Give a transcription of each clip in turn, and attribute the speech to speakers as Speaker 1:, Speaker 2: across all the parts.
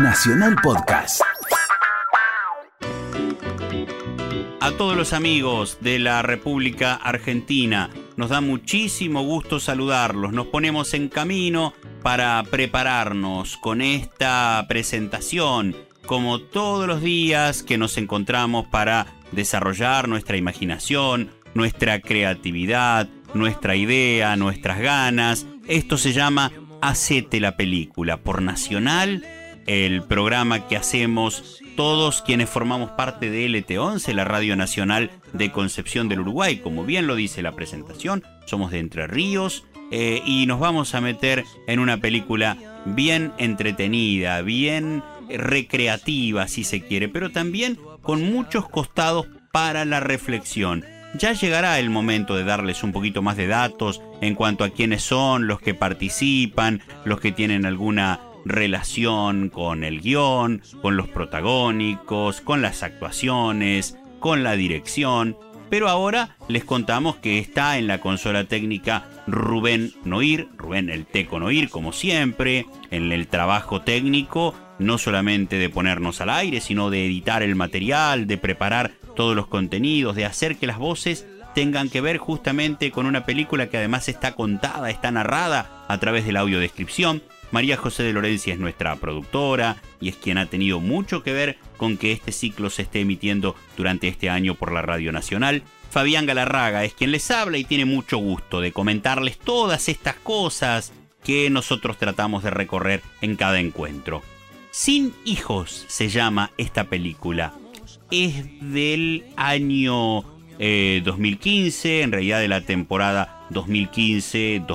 Speaker 1: Nacional Podcast.
Speaker 2: A todos los amigos de la República Argentina, nos da muchísimo gusto saludarlos. Nos ponemos en camino para prepararnos con esta presentación, como todos los días que nos encontramos para desarrollar nuestra imaginación, nuestra creatividad, nuestra idea, nuestras ganas. Esto se llama Hacete la película por Nacional, el programa que hacemos todos quienes formamos parte de LT11, la Radio Nacional de Concepción del Uruguay. Como bien lo dice la presentación, somos de Entre Ríos eh, y nos vamos a meter en una película bien entretenida, bien recreativa si se quiere, pero también con muchos costados para la reflexión. Ya llegará el momento de darles un poquito más de datos en cuanto a quiénes son, los que participan, los que tienen alguna relación con el guión, con los protagónicos, con las actuaciones, con la dirección. Pero ahora les contamos que está en la consola técnica Rubén Noir, Rubén el Teco Noir, como siempre, en el trabajo técnico, no solamente de ponernos al aire, sino de editar el material, de preparar todos los contenidos, de hacer que las voces tengan que ver justamente con una película que además está contada, está narrada a través de la audiodescripción. María José de Lorencia es nuestra productora y es quien ha tenido mucho que ver con que este ciclo se esté emitiendo durante este año por la Radio Nacional. Fabián Galarraga es quien les habla y tiene mucho gusto de comentarles todas estas cosas que nosotros tratamos de recorrer en cada encuentro. Sin hijos se llama esta película. Es del año eh, 2015, en realidad de la temporada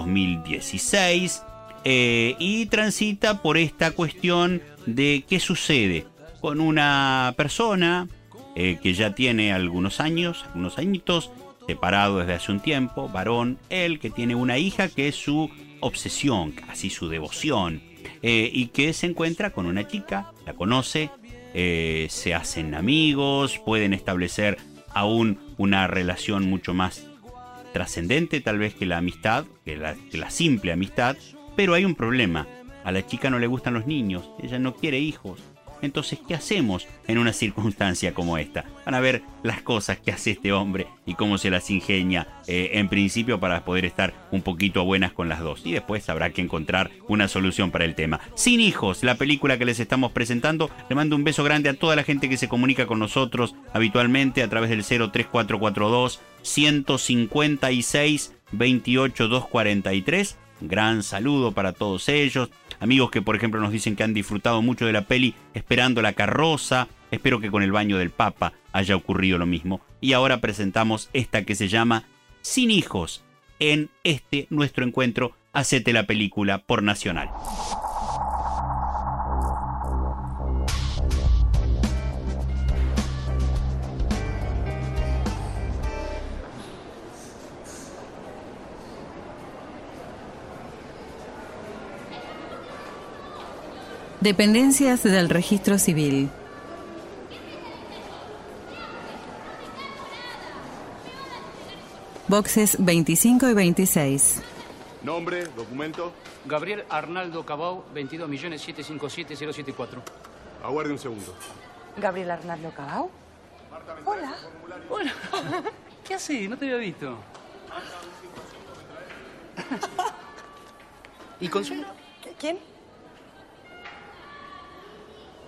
Speaker 2: 2015-2016. Eh, y transita por esta cuestión de qué sucede con una persona eh, que ya tiene algunos años, algunos añitos, separado desde hace un tiempo, varón, él que tiene una hija que es su obsesión, casi su devoción, eh, y que se encuentra con una chica, la conoce, eh, se hacen amigos, pueden establecer aún una relación mucho más trascendente tal vez que la amistad, que la, que la simple amistad, pero hay un problema. A la chica no le gustan los niños, ella no quiere hijos. Entonces, ¿qué hacemos en una circunstancia como esta? Van a ver las cosas que hace este hombre y cómo se las ingenia eh, en principio para poder estar un poquito a buenas con las dos. Y después habrá que encontrar una solución para el tema. Sin hijos, la película que les estamos presentando. Le mando un beso grande a toda la gente que se comunica con nosotros habitualmente a través del 03442 156 28243 gran saludo para todos ellos. Amigos que, por ejemplo, nos dicen que han disfrutado mucho de la peli esperando la carroza. Espero que con el baño del Papa haya ocurrido lo mismo. Y ahora presentamos esta que se llama Sin hijos en este nuestro encuentro Hacete la película por Nacional.
Speaker 3: Dependencias del Registro Civil. Boxes 25 y 26.
Speaker 4: Nombre, documento.
Speaker 5: Gabriel Arnaldo Cabau, 22.757.074.
Speaker 4: Aguarde un segundo.
Speaker 6: Gabriel Arnaldo Cabau. Hola.
Speaker 5: Hola. ¿Qué haces? No te había visto. ¿Y consumo?
Speaker 6: ¿Quién?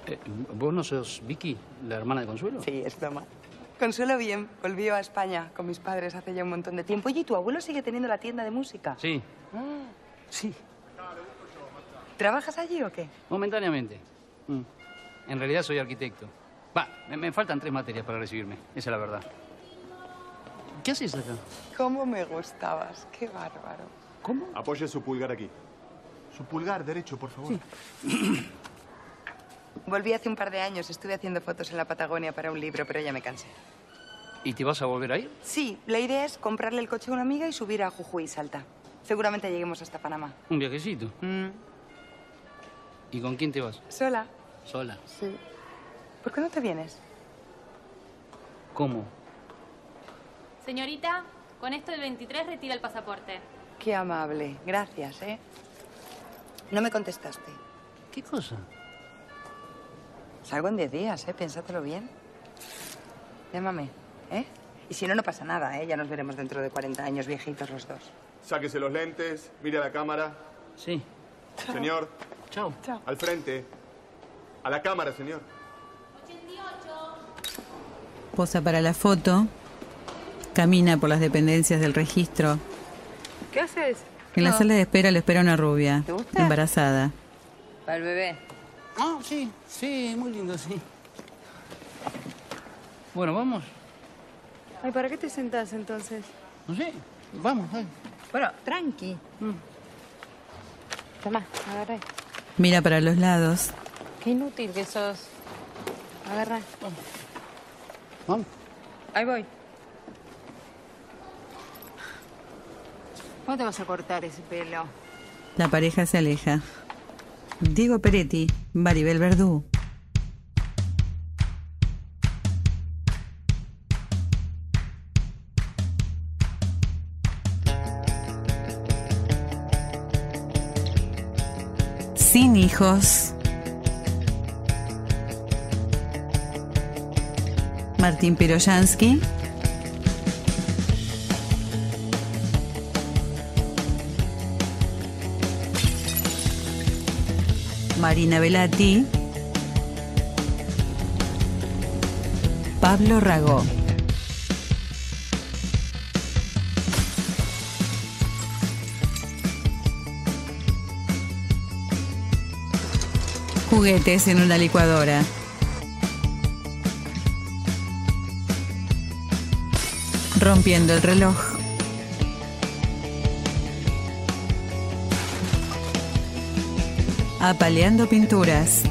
Speaker 5: Eh, ¿Vos no sos Vicky, la hermana de Consuelo?
Speaker 6: Sí, es broma. Consuelo bien. Volvió a España con mis padres hace ya un montón de tiempo. Oye, ¿y tu abuelo sigue teniendo la tienda de música?
Speaker 5: Sí,
Speaker 6: Ah,
Speaker 5: sí,
Speaker 6: ¿Trabajas allí o qué?
Speaker 5: momentáneamente. Mm. En realidad soy arquitecto. Va, me, me faltan tres materias para recibirme, esa es la verdad. ¿Qué haces acá?
Speaker 6: ¿Cómo me gustabas? Qué bárbaro.
Speaker 5: ¿Cómo?
Speaker 4: Apoye su pulgar aquí. Su pulgar derecho, por favor.
Speaker 6: Volví hace un par de años. Estuve haciendo fotos en la Patagonia para un libro, pero ya me cansé.
Speaker 5: ¿Y te vas a volver a ir?
Speaker 6: Sí, la idea es comprarle el coche a una amiga y subir a Jujuy y Salta. Seguramente lleguemos hasta Panamá.
Speaker 5: Un viajecito.
Speaker 6: Mm,
Speaker 5: ¿Y con quién te vas?
Speaker 6: ¿Sola?
Speaker 5: Sola.
Speaker 6: Sí. ¿Por qué no te vienes?
Speaker 5: ¿Cómo?
Speaker 7: Señorita, con esto el 23 retira el pasaporte.
Speaker 6: Qué amable. Gracias, ¿eh? No me contestaste.
Speaker 5: ¿Qué cosa?
Speaker 6: Salgo en 10 días, ¿eh? Piénsatelo bien. Llámame, ¿eh? Y si no, no pasa nada, ¿eh? Ya nos veremos dentro de 40 años viejitos los dos.
Speaker 1: Sáquese los lentes, mire a la cámara.
Speaker 5: Sí.
Speaker 1: Señor.
Speaker 5: Chao.
Speaker 6: Chao.
Speaker 1: Al frente. A la cámara, señor.
Speaker 3: Posa para la foto. Camina por las dependencias del registro.
Speaker 6: ¿Qué haces?
Speaker 3: En la sala de espera le espera una rubia,
Speaker 6: ¿Te gusta?
Speaker 3: embarazada.
Speaker 6: Para el bebé.
Speaker 5: Ah, sí, sí, muy lindo, sí. Bueno, vamos.
Speaker 8: Ay, ¿para qué te sentás entonces?
Speaker 5: No sé, vamos. dale. Mm.
Speaker 6: Bueno, tranqui.
Speaker 8: Tomá, agarrá.
Speaker 3: Mira para los lados.
Speaker 8: Qué inútil que sos. Agarrá.
Speaker 5: Vamos.
Speaker 6: Ahí voy.
Speaker 8: ¿Cómo te vas a cortar ese pelo?
Speaker 3: La pareja se aleja. Diego Peretti, Maribel Verdú. Sin hijos. Martín Piroyansky. Marina Velati, Pablo Ragó. Juguetes en una licuadora. Rompiendo el reloj. Apaleando Pinturas.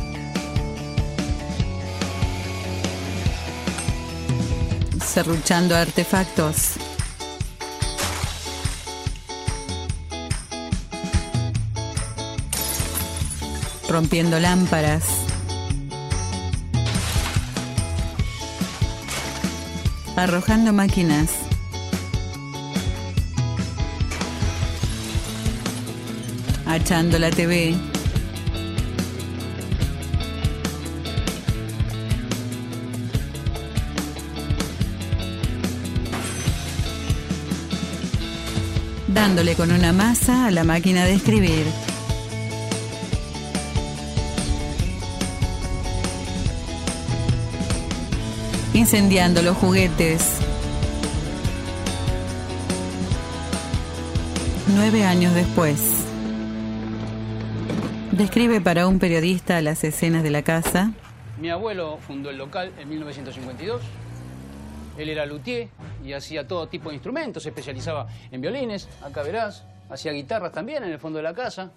Speaker 3: Serruchando artefactos. Rompiendo lámparas. Arrojando máquinas. Achando la TV. dándole con una masa a la máquina de escribir. Incendiando los juguetes. Nueve años después. Describe para un periodista las escenas de la casa.
Speaker 5: Mi abuelo fundó el local en 1952. Él era luthier y hacía todo tipo de instrumentos, se especializaba en violines, acá verás, hacía guitarras también en el fondo de la casa.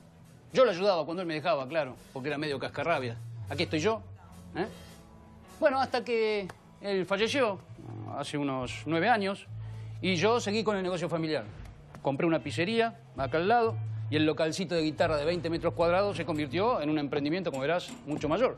Speaker 5: Yo lo ayudaba cuando él me dejaba, claro, porque era medio cascarrabia. Aquí estoy yo. ¿eh? Bueno, hasta que él falleció hace unos nueve años y yo seguí con el negocio familiar. Compré una pizzería acá al lado y el localcito de guitarra de 20 metros cuadrados se convirtió en un emprendimiento, como verás, mucho mayor.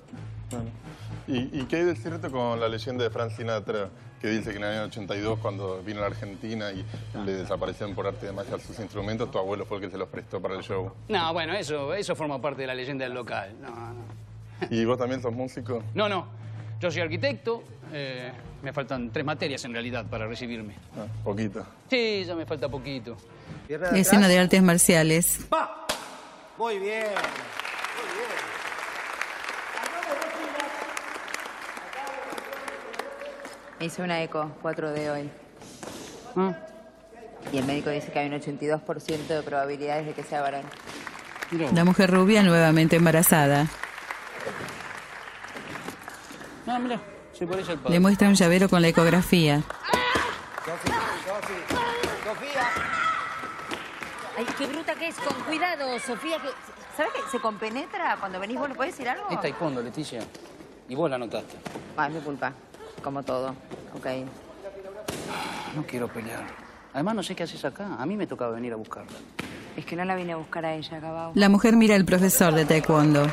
Speaker 9: ¿Y, y qué hay de cierto con la leyenda de Frank Sinatra, que dice que en el año 82, cuando vino a la Argentina y le desaparecieron por arte de magia sus instrumentos, tu abuelo fue el que se los prestó para el show?
Speaker 5: No, bueno, eso, eso forma parte de la leyenda del local. No, no.
Speaker 9: ¿Y vos también sos músico?
Speaker 5: No, no. Yo soy arquitecto. eh, me faltan tres materias en realidad para recibirme.
Speaker 9: Ah, poquito.
Speaker 5: Sí, ya me falta poquito.
Speaker 3: Escena de artes marciales.
Speaker 5: ¡Pa!
Speaker 10: Muy bien.
Speaker 6: Me hice una eco 4D hoy. Y el médico dice que hay un 82% de probabilidades de que sea varón.
Speaker 5: Mirá vos.
Speaker 3: La mujer rubia nuevamente embarazada.
Speaker 5: No, mira, se parece al padre.
Speaker 3: Le muestra un llavero con la ecografía.
Speaker 8: Ay, qué bruta que es. Con cuidado, Sofía. que-
Speaker 6: ¿Sabes que se compenetra cuando venís? ¿Vos le podés decir algo?
Speaker 5: Es taekwondo, Leticia. Y vos la notaste.
Speaker 6: Ah, es mi culpa. Como todo. Ok.
Speaker 5: No quiero pelear. Además, no sé qué haces acá. A mí me tocaba venir a buscarla.
Speaker 6: Es que no la vine a buscar a ella, Gabao.
Speaker 3: La mujer mira al profesor de taekwondo.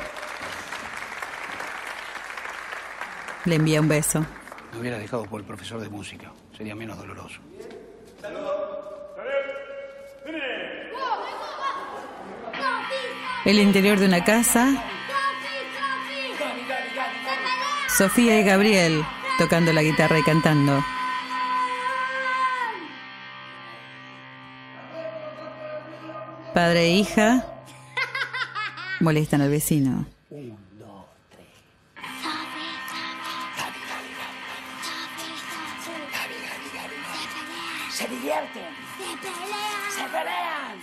Speaker 3: Le envía un beso.
Speaker 5: Me hubiera dejado por el profesor de música. Sería menos doloroso.
Speaker 3: El interior de una casa. Sofía y Gabriel tocando la guitarra y cantando. Padre e hija molestan al vecino.
Speaker 6: Se divierten. Se pelean. Se pelean.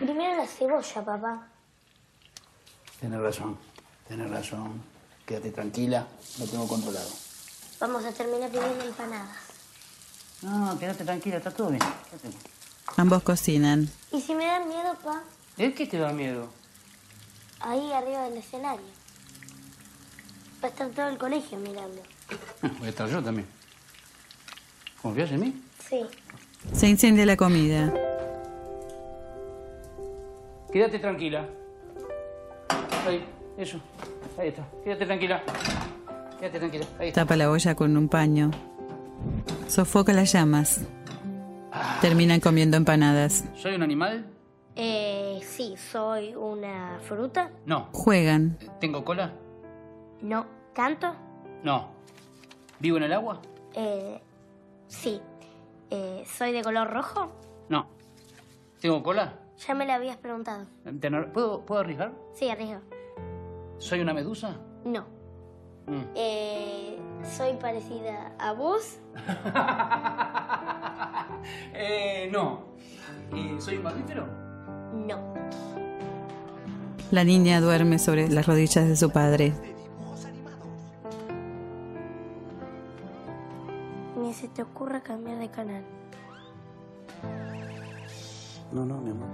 Speaker 10: Primero la cebolla, papá.
Speaker 5: Tienes razón, tienes razón. Quédate tranquila, lo tengo controlado.
Speaker 10: Vamos a terminar pidiendo empanadas.
Speaker 6: No, quédate tranquila, está todo bien. Quédate.
Speaker 3: Ambos cocinan.
Speaker 10: ¿Y si me dan miedo, papá?
Speaker 5: ¿De qué te da miedo?
Speaker 10: Ahí arriba del escenario. Va a estar todo el colegio mirando.
Speaker 5: Voy a estar yo también. ¿Confías en mí?
Speaker 10: Sí.
Speaker 3: Se incendia la comida.
Speaker 5: Quédate tranquila. Ahí, eso. Ahí está. Quédate tranquila. Quédate tranquila. Ahí está.
Speaker 3: Tapa la olla con un paño. Sofoca las llamas. Terminan comiendo empanadas.
Speaker 5: ¿Soy un animal?
Speaker 10: Eh, sí, soy una fruta.
Speaker 5: No.
Speaker 3: Juegan.
Speaker 5: ¿Tengo cola?
Speaker 10: No. ¿Canto?
Speaker 5: No. ¿Vivo en el agua?
Speaker 10: Eh, sí. Eh, ¿Soy de color rojo?
Speaker 5: No. ¿Tengo cola?
Speaker 10: Ya me lo habías preguntado.
Speaker 5: ¿Tener- ¿Puedo, ¿Puedo arriesgar?
Speaker 10: Sí, arriesgo.
Speaker 5: ¿Soy una medusa?
Speaker 10: No.
Speaker 5: Mm.
Speaker 10: Eh, ¿Soy parecida a vos?
Speaker 5: eh, no. ¿Y soy un mamífero?
Speaker 10: No.
Speaker 3: La niña duerme sobre las rodillas de su padre.
Speaker 10: Ni se te ocurra cambiar de canal.
Speaker 5: No, no, mi amor.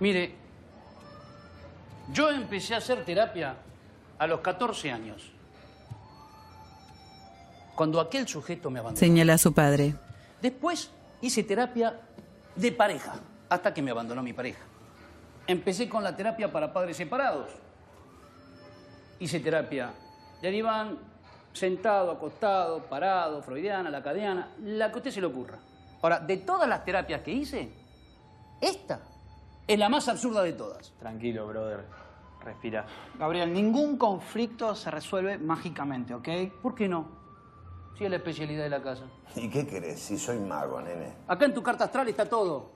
Speaker 5: Mire, yo empecé a hacer terapia a los 14 años. Cuando aquel sujeto me abandonó.
Speaker 3: Señala a su padre.
Speaker 5: Después hice terapia de pareja, hasta que me abandonó mi pareja. Empecé con la terapia para padres separados. Hice terapia de diván, sentado, acostado, parado, freudiana, lacadiana, la que a usted se le ocurra. Ahora, de todas las terapias que hice, esta es la más absurda de todas.
Speaker 11: Tranquilo, brother. Respira.
Speaker 5: Gabriel, ningún conflicto se resuelve mágicamente, ¿ok? ¿Por qué no? Si es la especialidad de la casa.
Speaker 12: ¿Y qué querés si soy mago, nene?
Speaker 5: Acá en tu carta astral está todo.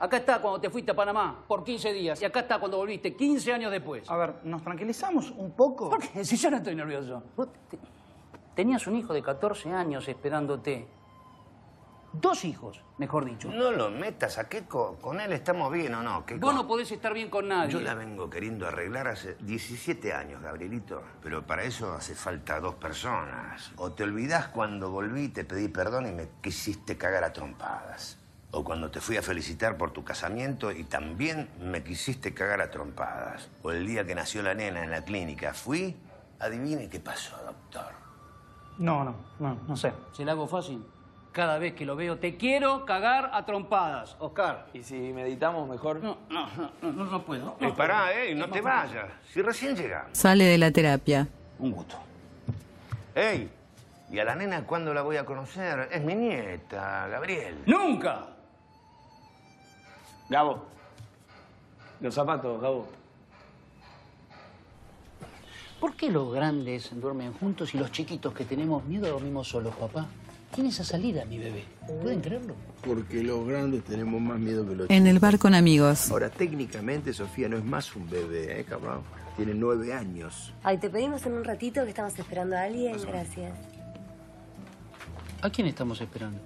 Speaker 5: Acá está cuando te fuiste a Panamá por 15 días. Y acá está cuando volviste 15 años después. A ver, ¿nos tranquilizamos un poco? ¿Por qué? Si yo no estoy nervioso. Vos te- tenías un hijo de 14 años esperándote. Dos hijos, mejor dicho.
Speaker 12: No lo metas a Keiko. Con él estamos bien o no, Keiko.
Speaker 5: Vos no podés estar bien con nadie.
Speaker 12: Yo la vengo queriendo arreglar hace 17 años, Gabrielito. Pero para eso hace falta dos personas. O te olvidás cuando volví, te pedí perdón y me quisiste cagar a trompadas. O cuando te fui a felicitar por tu casamiento y también me quisiste cagar a trompadas. O el día que nació la nena en la clínica, fui. Adivine qué pasó, doctor.
Speaker 11: No, no, no, no sé.
Speaker 5: Se la hago fácil. Cada vez que lo veo, te quiero cagar a trompadas, Oscar.
Speaker 11: ¿Y si meditamos mejor?
Speaker 5: No, no, no, no, no puedo.
Speaker 12: Eh, pará, eh, no te vayas. Si recién llegamos.
Speaker 3: Sale de la terapia.
Speaker 12: Un gusto. ¡Ey! ¿Y a la nena cuándo la voy a conocer? Es mi nieta, Gabriel.
Speaker 5: ¡Nunca!
Speaker 11: Gabo. Los zapatos, Gabo.
Speaker 5: ¿Por qué los grandes duermen juntos y los chiquitos que tenemos miedo dormimos solos, papá? Tiene esa salida, mi bebé. ¿Pueden creerlo?
Speaker 13: Porque los grandes tenemos más miedo que los
Speaker 3: En el bar con amigos.
Speaker 13: Ahora, técnicamente, Sofía no es más un bebé, ¿eh, cabrón? Tiene nueve años.
Speaker 14: Ay, te pedimos en un ratito que estamos esperando a alguien. Gracias.
Speaker 5: ¿A quién estamos esperando?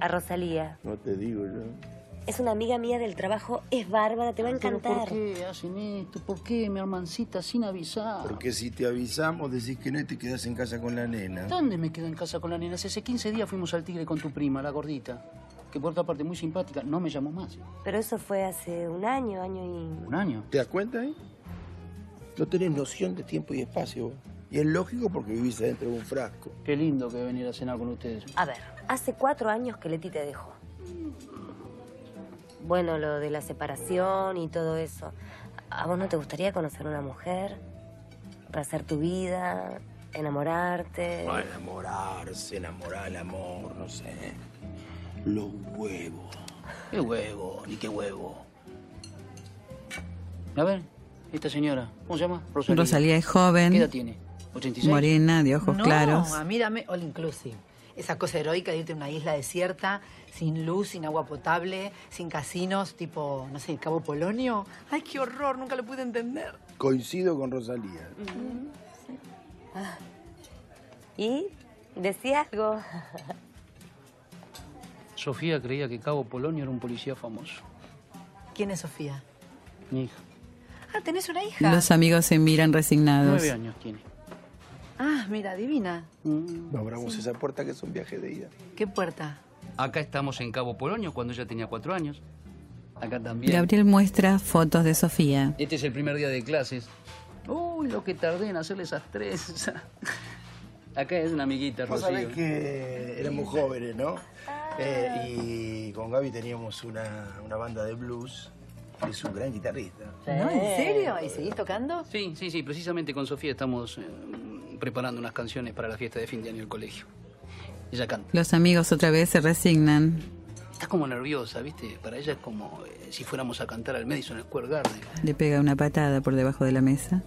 Speaker 14: A Rosalía.
Speaker 13: No te digo yo.
Speaker 14: Es una amiga mía del trabajo. Es bárbara, te va a encantar.
Speaker 5: ¿Por qué hacen esto? ¿Por qué, mi hermancita, sin avisar?
Speaker 13: Porque si te avisamos, decís que no y te quedás en casa con la nena.
Speaker 5: ¿Dónde me quedo en casa con la nena? Si hace 15 días fuimos al tigre con tu prima, la gordita. Que por otra parte muy simpática, no me llamó más.
Speaker 14: Pero eso fue hace un año, año y...
Speaker 5: ¿Un año?
Speaker 13: ¿Te das cuenta, eh? No tenés noción de tiempo y espacio. vos. Y es lógico porque vivís adentro de un frasco.
Speaker 5: Qué lindo que venir a cenar con ustedes.
Speaker 14: A ver, hace cuatro años que Leti te dejó. Bueno, lo de la separación y todo eso. ¿A vos no te gustaría conocer una mujer? Para hacer tu vida, Enamorarte.
Speaker 13: Va a Ah, enamorarse, enamorar el amor, no sé. Los huevos.
Speaker 5: ¿Qué huevo? Ni qué huevo. A ver, esta señora, ¿cómo se llama? Rosalía.
Speaker 3: Rosalía es joven.
Speaker 5: ¿Qué edad tiene? 86.
Speaker 3: Morena, de ojos
Speaker 15: no,
Speaker 3: claros.
Speaker 15: a mí dame all inclusive. Esa cosa heroica de irte a una isla desierta, sin luz, sin agua potable, sin casinos, tipo, no sé, Cabo Polonio. Ay, qué horror, nunca lo pude entender.
Speaker 13: Coincido con Rosalía.
Speaker 14: Ah. ¿Y? ¿Decía algo?
Speaker 5: Sofía creía que Cabo Polonio era un policía famoso.
Speaker 15: ¿Quién es Sofía?
Speaker 5: Mi hija.
Speaker 15: Ah, tenés una hija.
Speaker 3: Los amigos se miran resignados.
Speaker 5: Nueve años tiene.
Speaker 15: Ah, mira, divina.
Speaker 13: No abramos esa puerta que es un viaje de ida.
Speaker 15: ¿Qué puerta?
Speaker 5: Acá estamos en Cabo Polonio cuando ella tenía cuatro años. Acá también.
Speaker 3: Gabriel muestra fotos de Sofía.
Speaker 5: Este es el primer día de clases. Uy, lo que tardé en hacerle esas tres. Acá es una amiguita,
Speaker 13: Vos
Speaker 5: Rocío.
Speaker 13: sabés que éramos jóvenes, ¿no?
Speaker 15: Ah.
Speaker 13: Eh, y con Gaby teníamos una, una banda de blues. que Es un gran guitarrista.
Speaker 15: No,
Speaker 14: Eh.
Speaker 15: ¿En serio? ¿Y seguís tocando?
Speaker 5: Sí, sí, sí. Precisamente con Sofía estamos eh, preparando unas canciones para la fiesta de fin de año del colegio. Ella canta.
Speaker 3: Los amigos otra vez se resignan.
Speaker 5: Está como nerviosa, ¿viste? Para ella es como eh, si fuéramos a cantar al Madison Square Garden.
Speaker 3: Le pega una patada por debajo de la mesa.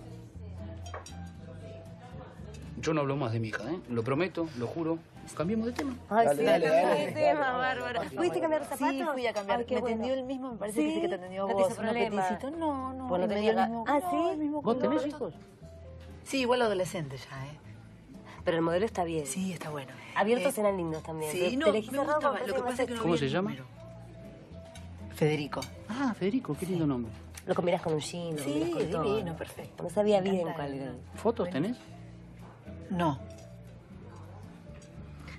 Speaker 5: Yo no hablo más de mi hija, ¿eh? Lo prometo, lo juro. Cambiemos de tema.
Speaker 14: Ay, sí, cambié
Speaker 5: dale, dale,
Speaker 14: de
Speaker 5: dale,
Speaker 14: tema,
Speaker 5: dale,
Speaker 14: Bárbara.
Speaker 5: dale,
Speaker 14: ¿Fuiste a cambiar
Speaker 15: Sí,
Speaker 14: zapatos?
Speaker 15: fui a cambiar.
Speaker 14: Ay, qué
Speaker 15: me
Speaker 14: bueno.
Speaker 15: tendió el mismo, me parece que sí que te tendió a
Speaker 14: no te
Speaker 15: vos.
Speaker 14: hizo
Speaker 15: uno
Speaker 14: problema.
Speaker 15: peticito. No, no.
Speaker 14: Vos no
Speaker 15: me
Speaker 14: tenías
Speaker 15: dio el
Speaker 14: la-
Speaker 15: mismo
Speaker 14: Ah,
Speaker 15: color,
Speaker 14: ¿sí?
Speaker 15: el mismo
Speaker 14: ¿Vos
Speaker 15: color,
Speaker 14: tenés
Speaker 15: todo. Sí, igual adolescente ya, ¿eh?
Speaker 14: Pero el modelo está bien.
Speaker 15: Sí, está bueno.
Speaker 14: Abiertos
Speaker 15: Eh,
Speaker 14: eran lindos también.
Speaker 15: sí,
Speaker 14: Te- te
Speaker 15: no,
Speaker 14: elegí
Speaker 15: me
Speaker 14: cerrado
Speaker 15: gustaba,
Speaker 14: porque
Speaker 15: lo que
Speaker 14: parece
Speaker 15: pasa es que no
Speaker 5: ¿Cómo
Speaker 15: vi
Speaker 5: se
Speaker 15: el
Speaker 5: llama?
Speaker 15: número. Federico.
Speaker 5: Ah, Federico, qué lindo nombre.
Speaker 14: Lo combinás con un jean. lo
Speaker 15: Sí,
Speaker 14: combinás con todo.
Speaker 15: divino, perfecto.
Speaker 14: No sabía
Speaker 15: Me
Speaker 14: bien
Speaker 15: encanta,
Speaker 14: cuál
Speaker 15: me
Speaker 14: era.
Speaker 5: ¿Fotos tenés?
Speaker 15: No.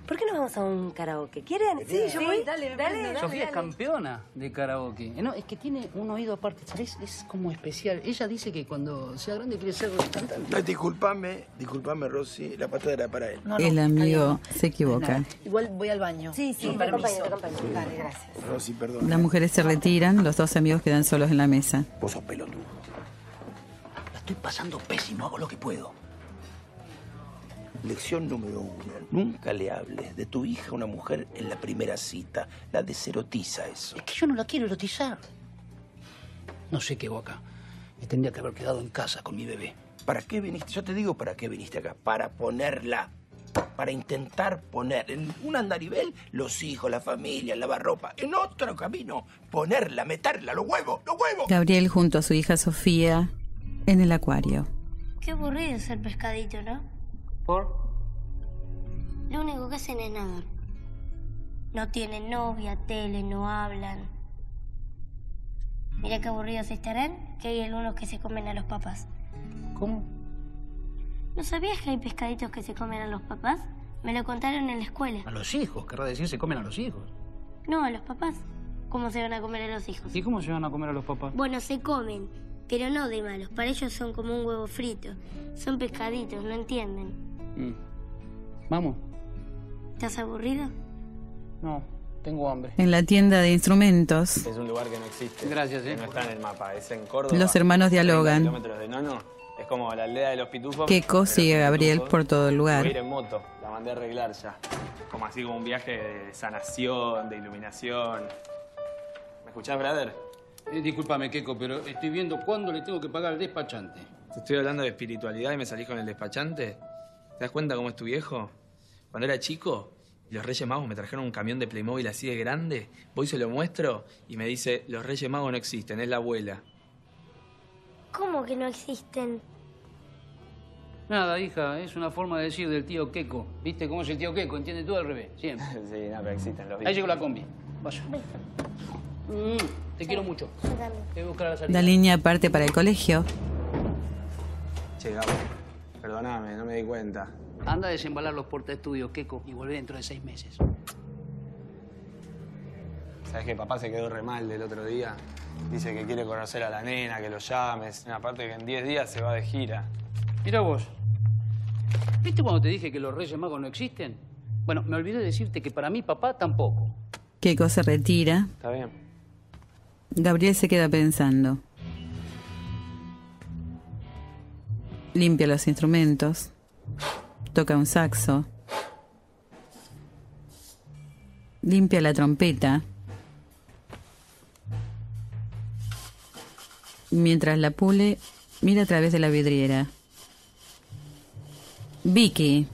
Speaker 14: ¿Por qué no vamos a un karaoke? ¿Quieren?
Speaker 15: Sí, yo voy, dale, me
Speaker 14: dale,
Speaker 15: prendo,
Speaker 14: dale.
Speaker 5: Sofía es campeona de karaoke. Eh, No, es que tiene un oído aparte, ¿sabes? Es como especial. Ella dice que cuando sea grande quiere ser cantante.
Speaker 13: No, disculpame, disculpame, Rosy, la patada era para él.
Speaker 3: El amigo se equivoca.
Speaker 15: Igual voy al baño. Sí,
Speaker 14: sí, te acompaño, te acompaño.
Speaker 15: Dale, gracias.
Speaker 13: Rosy, perdón.
Speaker 3: Las mujeres se retiran, los dos amigos quedan solos en la mesa.
Speaker 13: Vos sos pelotudo.
Speaker 5: La estoy pasando pésimo, hago lo que puedo.
Speaker 13: Lección número uno. Nunca le hables de tu hija a una mujer en la primera cita. La deserotiza eso.
Speaker 5: Que yo no la quiero erotizar. No sé qué boca. Me tendría que haber quedado en casa con mi bebé.
Speaker 13: ¿Para qué viniste? Yo te digo para qué viniste acá. Para ponerla. Para intentar poner en un andarivel los hijos, la familia, el lavarropa. En otro camino, ponerla, meterla, los huevos, los huevos.
Speaker 3: Gabriel junto a su hija Sofía en el acuario.
Speaker 10: Qué aburrido ser pescadito, ¿no?
Speaker 5: ¿Por?
Speaker 10: Lo único que hacen es nadar. No tienen novia, tele, no hablan. Mira qué aburridos estarán, que hay algunos que se comen a los papás.
Speaker 5: ¿Cómo?
Speaker 10: ¿No sabías que hay pescaditos que se comen a los papás? Me lo contaron en la escuela.
Speaker 5: A los hijos, querrá decir, se comen a los hijos.
Speaker 10: No, a los papás. ¿Cómo se van a comer a los hijos?
Speaker 5: ¿Y cómo se van a comer a los papás?
Speaker 10: Bueno, se comen, pero no de malos. Para ellos son como un huevo frito. Son pescaditos, no entienden.
Speaker 5: Mm. Vamos.
Speaker 10: ¿Estás aburrido?
Speaker 5: No, tengo hambre.
Speaker 3: En la tienda de instrumentos,
Speaker 16: Es un lugar que no existe.
Speaker 5: Gracias,
Speaker 16: Que no está en el mapa. Es en Córdoba.
Speaker 3: Los hermanos
Speaker 16: 30
Speaker 3: dialogan.
Speaker 16: kilómetros de Nono. Es como la aldea de los pitufos.
Speaker 3: Keiko
Speaker 16: pero
Speaker 3: sigue
Speaker 16: sin
Speaker 3: a Gabriel
Speaker 16: pitufos.
Speaker 3: por todo el
Speaker 16: Voy a ir
Speaker 3: lugar.
Speaker 16: en moto. La mandé a arreglar ya. Como así como un viaje de sanación, de iluminación. ¿Me escuchás, brother?
Speaker 5: Eh, discúlpame, Keiko, pero estoy viendo cuándo le tengo que pagar al despachante.
Speaker 16: Te estoy hablando de espiritualidad y me salís con el despachante. ¿Te das cuenta cómo es tu viejo? Cuando era chico, los Reyes Magos me trajeron un camión de Playmobil así de grande. Voy, se lo muestro y me dice, los Reyes Magos no existen, es la abuela.
Speaker 10: ¿Cómo que no existen?
Speaker 5: Nada, hija, es una forma de decir del tío Keiko. ¿Viste cómo es el tío Keiko? Entiende todo al revés, siempre.
Speaker 16: Sí, no, pero existen los
Speaker 5: Ahí llegó la combi. Vaya. Mm, te quiero mucho. Te voy a buscar a la
Speaker 3: La
Speaker 5: salida.
Speaker 3: línea parte para el colegio.
Speaker 16: Che, Gabo, perdóname, no me di cuenta.
Speaker 5: Anda a desembalar los portaestudios, Keiko, y volvé dentro de seis meses.
Speaker 16: Sabes que papá se quedó re mal del otro día. Dice que quiere conocer a la nena, que lo llames. Aparte que en 10 días se va de gira.
Speaker 5: Mira vos. ¿Viste cuando te dije que los Reyes Magos no existen? Bueno, me olvidé decirte que para mí papá tampoco.
Speaker 3: Keiko se retira.
Speaker 16: Está bien.
Speaker 3: Gabriel se queda pensando. Limpia los instrumentos. toca un saxo, limpia la trompeta, mientras la pule, mira a través de la vidriera. Vicky.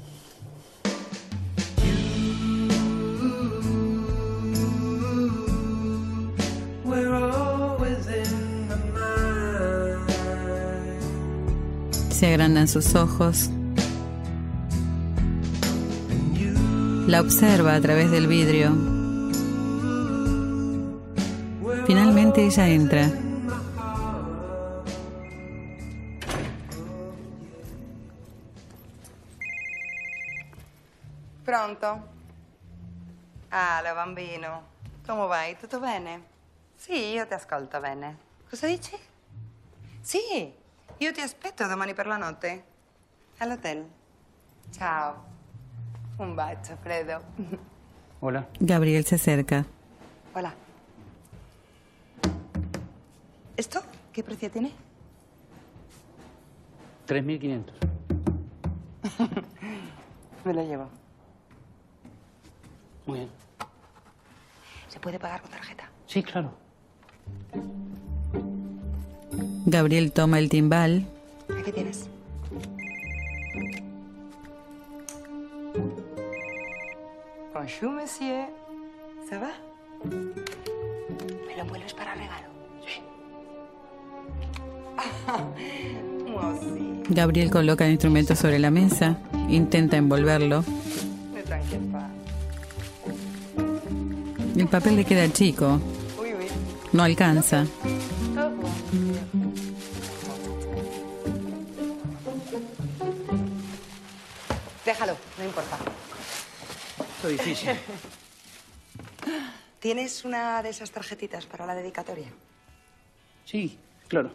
Speaker 3: Se agrandan sus ojos. La observa a través del vidrio. Finalmente ella entra.
Speaker 6: Pronto? Allo, bambino. Come vai? Tutto bene? Sì, io ti ascolto bene. Cosa dici? Sì, io ti aspetto domani per la notte. All'hotel. Ciao. Un bacio, Fredo.
Speaker 5: Hola.
Speaker 3: Gabriel se acerca.
Speaker 6: Hola. ¿Esto qué precio tiene?
Speaker 5: 3.500.
Speaker 6: Me lo llevo.
Speaker 5: Muy bien.
Speaker 6: ¿Se puede pagar con tarjeta?
Speaker 5: Sí, claro.
Speaker 3: Gabriel toma el timbal,
Speaker 6: Aquí tienes. Bonjour, monsieur. ¿Se va? ¿Me lo envuelves para regalo? Sí.
Speaker 3: Gabriel coloca el instrumento sobre la mesa, intenta envolverlo.
Speaker 6: Me tranquila.
Speaker 3: El papel le queda chico,
Speaker 6: Uy, uy.
Speaker 3: no alcanza.
Speaker 6: Todo bueno. Déjalo, no importa.
Speaker 11: Esto es difícil.
Speaker 6: ¿Tienes una de esas tarjetitas para la dedicatoria?
Speaker 5: Sí, claro.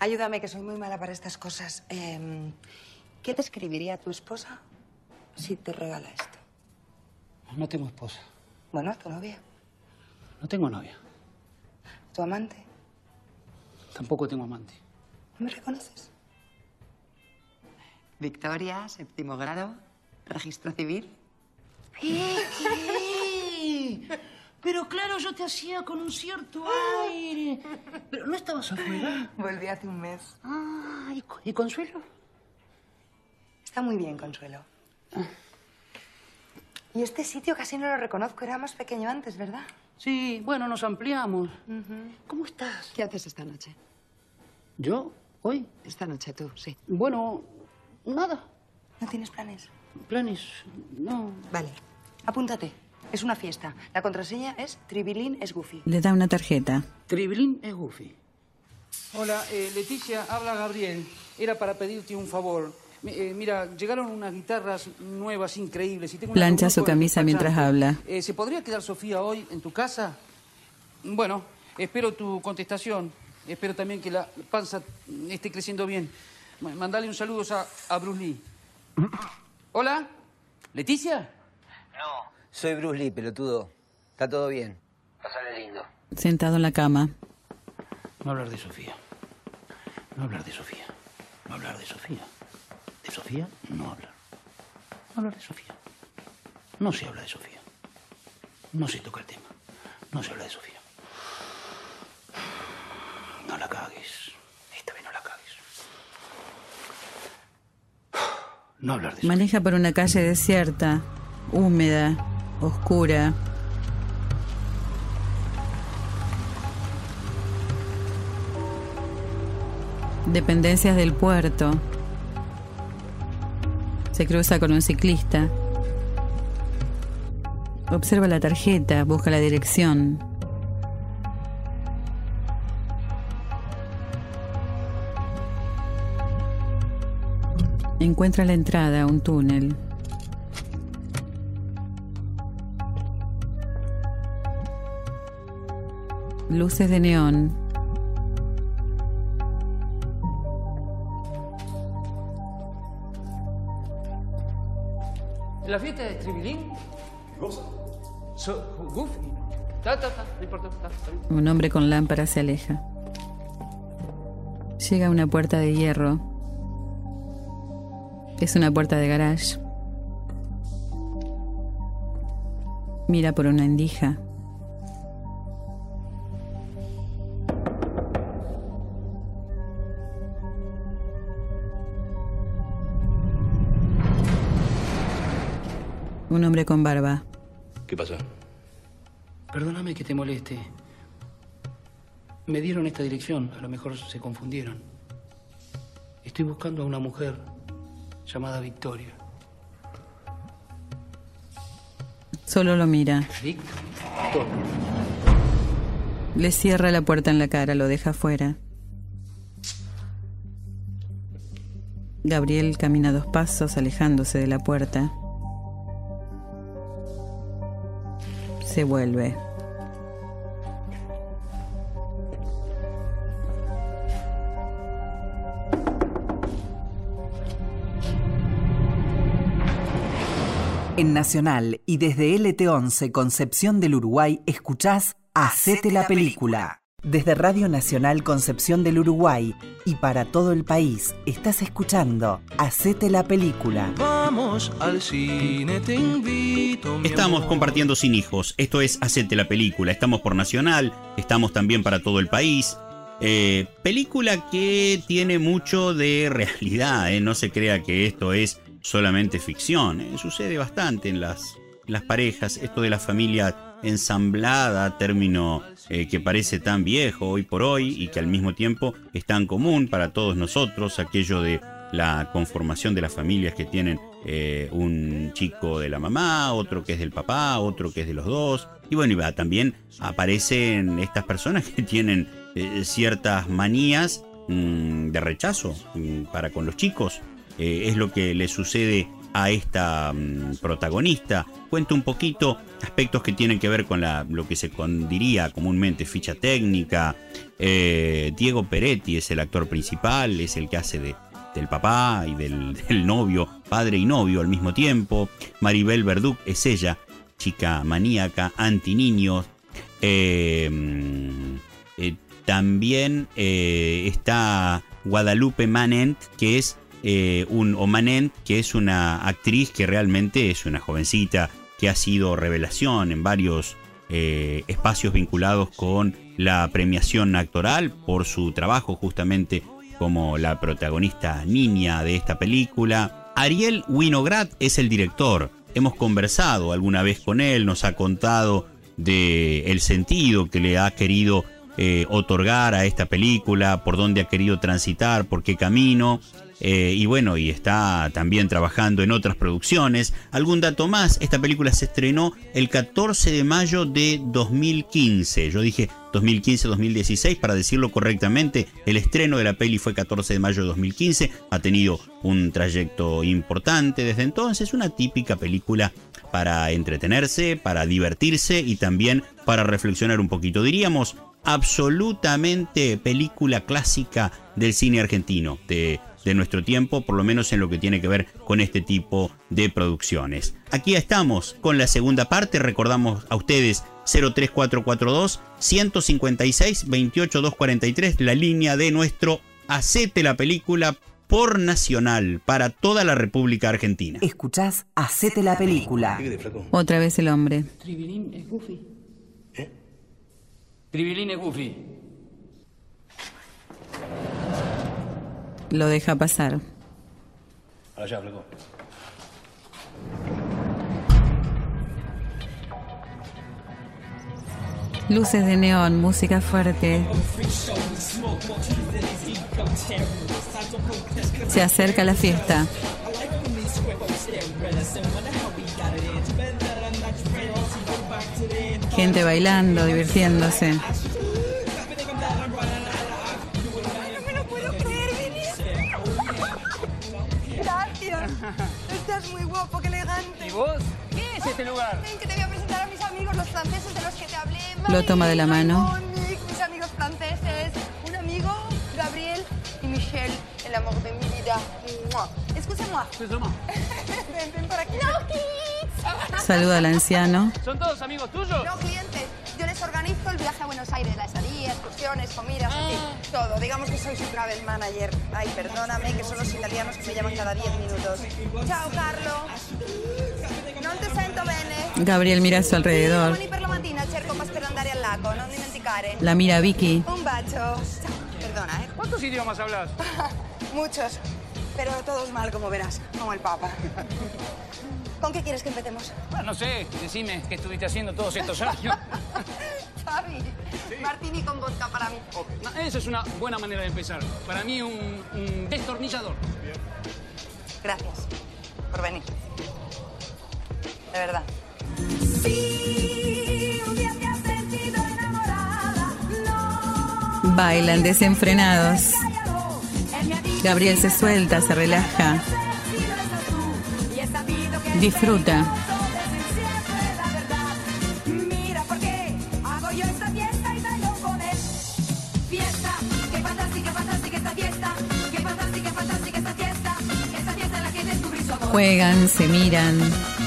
Speaker 6: Ayúdame, que soy muy mala para estas cosas. Em, ¿Qué te escribiría tu esposa si te regala esto?
Speaker 5: No tengo esposa.
Speaker 6: Bueno, tu novia,
Speaker 5: No tengo novia.
Speaker 6: tu amante.
Speaker 5: Tampoco tengo amante.
Speaker 6: ¿No me reconoces? Victoria, séptimo grado, registro civil.
Speaker 8: ¡Vicky! Pero claro, yo te hacía con un cierto aire. Pero no estabas afuera.
Speaker 6: Volví hace un mes.
Speaker 8: Ah, ¿y, Cu- y Consuelo?
Speaker 6: Está muy bien, Consuelo. Y este sitio casi no lo reconozco, era más pequeño antes, ¿verdad?
Speaker 5: Sí, bueno, nos ampliamos.
Speaker 6: ¿Cómo estás? ¿Qué haces esta noche?
Speaker 5: ¿Yo? ¿Hoy?
Speaker 6: Esta noche tú, sí.
Speaker 5: Bueno, nada.
Speaker 6: ¿No tienes planes?
Speaker 5: Planes, no.
Speaker 6: Vale, apúntate. Es una fiesta. La contraseña es Tribilín es Goofy.
Speaker 3: Le da una tarjeta.
Speaker 5: Tribilín es Goofy. Hola, eh, Leticia, habla Gabriel. Era para pedirte un favor. Mi- eh, mira, llegaron unas guitarras nuevas increíbles y tengo una
Speaker 3: Plancha
Speaker 5: reunión
Speaker 3: su
Speaker 5: con el
Speaker 3: camisa mientras
Speaker 5: despachante.
Speaker 3: habla.
Speaker 5: Eh, ¿Se podría quedar Sofía hoy en tu casa? Bueno, espero tu contestación. Espero también que la panza esté creciendo bien. Ma- Mandale un saludo a, a Bruce Lee. Hola, Leticia.
Speaker 17: Soy Bruce Lee, pelotudo. Está todo bien. Pásale lindo.
Speaker 3: Sentado en la cama,
Speaker 5: No hablar de Sofía. No hablar de Sofía. No hablar de Sofía. De Sofía no hablar. No hablar de Sofía. No se habla de Sofía. No se toca el tema. No se habla de Sofía. No la cagues. Esta vez no la cagues. No hablar de
Speaker 3: maneja por una calle desierta, húmeda, oscura. Dependencias del puerto. Se cruza con un ciclista. Observa la tarjeta, busca la dirección. Encuentra la entrada a un túnel. Luces de neón.
Speaker 5: ¿La fiesta de Tribilín? ¿Qué cosa? Goofy. Ta, ta, ta. No importa. Ta, ta.
Speaker 3: Un hombre con lámpara se aleja. Llega a una puerta de hierro. Es una puerta de garage. Mira por una endija. Un hombre con barba.
Speaker 18: ¿Qué pasa?
Speaker 5: Perdóname que te moleste. Me dieron esta dirección, a lo mejor se confundieron. Estoy buscando a una mujer llamada Victoria.
Speaker 3: Solo lo mira.
Speaker 5: Victoria.
Speaker 3: Le cierra la puerta en la cara, lo deja fuera. Gabriel camina dos pasos alejándose de la puerta. Se vuelve.
Speaker 19: En Nacional y desde LT11 Concepción del Uruguay escuchás Hacete la película. Desde Radio Nacional Concepción del Uruguay y para todo el país estás escuchando Hacete la película.
Speaker 11: Vamos al cine, te invito. mi
Speaker 2: Estamos
Speaker 11: amor.
Speaker 2: compartiendo sin hijos. Esto es Hacete la película. Estamos por Nacional, estamos también para todo el país. Eh, película que tiene mucho de realidad. eh. No se crea que esto es solamente ficción. eh. Sucede bastante en las, en las parejas. Esto de la familia ensamblada, término eh, que parece tan viejo hoy por hoy y que al mismo tiempo es tan común para todos nosotros, aquello de la conformación de las familias que tienen eh, un chico de la mamá, otro que es del papá, otro que es de los dos. Y bueno, y va, también aparecen estas personas que tienen eh, ciertas manías mm, de rechazo mm, para con los chicos. Eh, es lo que le sucede a esta mm, protagonista. Cuenta un poquito aspectos que tienen que ver con la, lo que se con- diría comúnmente ficha técnica. Eh, Diego Peretti es el actor principal, es el que hace de, del papá y del, del novio, padre y novio al mismo tiempo. Maribel Verduc es ella, chica maníaca, Eh, anti niños. mm, eh, también eh, está Guadalupe Manent, que es eh, un o Manent, que es una actriz que realmente es una jovencita que ha sido revelación en varios eh, espacios vinculados con la premiación actoral por su trabajo justamente como la protagonista niña de esta película. Ariel Winograd es el director. Hemos conversado alguna vez con él, nos ha contado de el sentido que le ha querido eh, otorgar a esta película, por dónde ha querido transitar, por qué camino. Eh, y bueno, y está también trabajando en otras producciones. Algún dato más, esta película se estrenó el 14 de mayo de 2015. Yo dije 2015-2016 para decirlo correctamente. El estreno de la peli fue 14 de mayo de 2015. Ha tenido un trayecto importante desde entonces. Una típica película para entretenerse, para divertirse y también para reflexionar un poquito. Diríamos absolutamente película clásica del cine argentino de, de nuestro tiempo, por lo menos en lo que tiene que ver con este tipo de producciones. Aquí estamos con la segunda parte, recordamos a ustedes 03442 156 28243, la línea de nuestro Hacete la película por Nacional para toda la República Argentina.
Speaker 19: Escuchás Hacete la película.
Speaker 3: Otra vez el hombre.
Speaker 5: Tribilín es Goofy. ¿Eh? Tribilín es Goofy.
Speaker 3: Lo deja pasar.
Speaker 18: Allá, Ah, flaco.
Speaker 3: Luces de neón, música fuerte. Se acerca la fiesta. Gente bailando, divirtiéndose.
Speaker 6: Gracias. Estás muy guapo, qué elegante.
Speaker 5: ¿Y vos? ¿Qué es este lugar?
Speaker 6: Ven, que te voy a presentar a mis amigos, los franceses de los que te hablé.
Speaker 3: Lo toma de la mano.
Speaker 6: Monique, mis amigos franceses. Un amigo, Gabriel y Michelle, el amor de mi vida. Mua. Escúchame. ven, ven por aquí. ¡No,
Speaker 3: Saluda al anciano.
Speaker 5: ¿Son todos amigos tuyos?
Speaker 6: No, clientes. Yo les organizo el
Speaker 20: el viaje a Buenos Aires, la estadía, excursiones, comidas,
Speaker 5: Ah.
Speaker 20: en fin,
Speaker 6: Todo, digamos que soy su travel manager. Ay, perdóname, que son los italianos que me llaman cada 10 minutos. Chao, Carlo. Non te sento bene.
Speaker 3: Gabriel mira a su alrededor.
Speaker 6: Domani per la mattina cerco un bus per andare al lago, non dimenticare.
Speaker 3: La mira Vicky.
Speaker 6: Un bacio. Chao. Perdona, ¿eh?
Speaker 5: ¿Cuántos idiomas hablas?
Speaker 6: Muchos, pero todos mal, como verás, como el Papa. ¿Con qué quieres que empecemos?
Speaker 5: Ah, no sé, decime qué estuviste haciendo todos estos años.
Speaker 6: Xavi, martini con vodka para mí.
Speaker 5: No, Esa es una buena manera de empezar. Para mí un, un destornillador.
Speaker 6: Gracias por venir. De verdad.
Speaker 3: Bailan desenfrenados. Gabriel se suelta, se relaja,
Speaker 20: y he sabido que
Speaker 3: disfruta.
Speaker 20: mira por qué hago yo esta fiesta y bailo con él. Fiesta, qué fantástica, fantástica esta fiesta, qué fantástica, fantástica esta fiesta, esta fiesta en la que descubrí su amor.
Speaker 3: Juegan, se miran,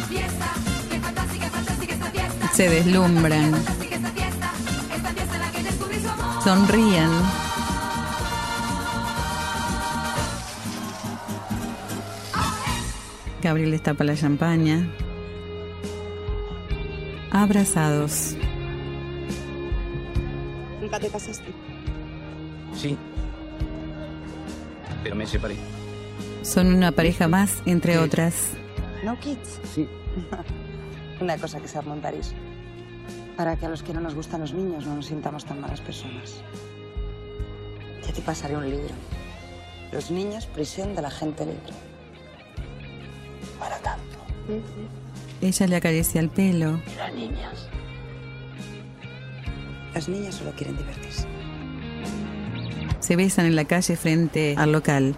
Speaker 20: Fiesta, qué fantástica, fantástica esta fiesta,
Speaker 3: se deslumbran,
Speaker 20: fantástica esta fiesta, esta fiesta en la que descubrí su amor.
Speaker 3: sonríen. Gabriel les tapa la champaña. Abrazados.
Speaker 20: Nunca te casaste.
Speaker 16: Sí. Pero me separé.
Speaker 3: Son una pareja más, entre otras.
Speaker 6: ¿No, kids?
Speaker 16: Sí.
Speaker 6: Una cosa que se armó en París. Para que a los que no nos gustan los niños no nos sintamos tan malas personas. Ya te pasaré un libro. Los niños, prisión de la gente libre. Para tanto.
Speaker 3: Ella le acaricia el pelo.
Speaker 6: Y las niñas. Las niñas solo quieren divertirse.
Speaker 3: Se besan en la calle frente al local.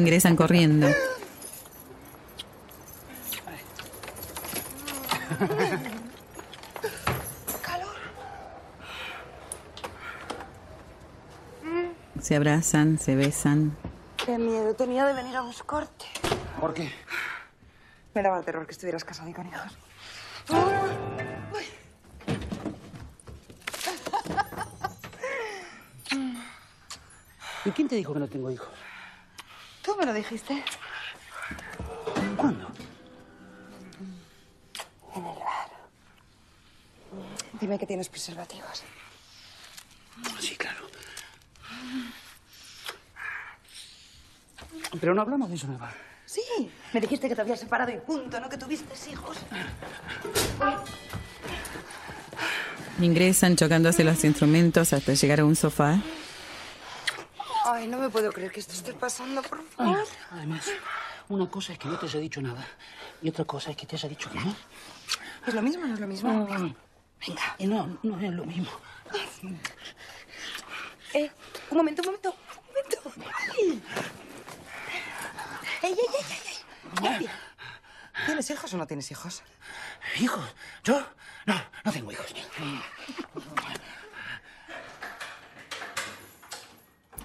Speaker 3: Ingresan corriendo. Se abrazan, se besan.
Speaker 6: Qué miedo tenía de venir a buscarte.
Speaker 5: ¿Por qué?
Speaker 6: Me daba terror que estuvieras casado y con hijos.
Speaker 5: ¿Y quién te dijo que no tengo hijos?
Speaker 6: Tú me lo dijiste.
Speaker 5: ¿Cuándo?
Speaker 6: En el bar. Dime que tienes preservativos.
Speaker 5: Sí, claro. Pero no hablamos de eso en el bar.
Speaker 6: Sí, me dijiste que te habías separado y punto, no que tuviste hijos.
Speaker 3: Ingresan chocándose los instrumentos hasta llegar a un sofá.
Speaker 6: Ay, no me puedo creer que esto esté pasando, por favor.
Speaker 5: Además, una cosa es que no te haya dicho nada y otra cosa es que te haya dicho que no.
Speaker 6: ¿Es lo mismo o no es lo mismo?
Speaker 5: Venga. Y no, no es lo mismo.
Speaker 6: Eh, un momento, un momento, un momento. Ay. Ey, ey, ey, ey, ey. Ey. ¿Tienes hijos o no tienes hijos?
Speaker 5: ¿Hijos? ¿Yo? No, no tengo hijos.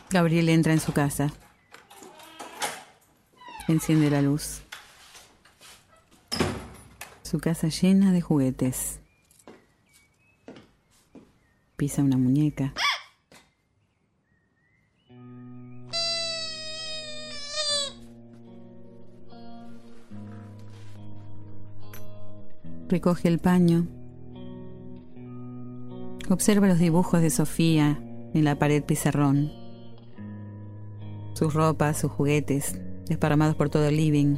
Speaker 3: Gabriel entra en su casa. Enciende la luz. Su casa llena de juguetes. Pisa una muñeca. Recoge el paño. Observa los dibujos de Sofía en la pared pizarrón. Sus ropas, sus juguetes, desparramados por todo el living.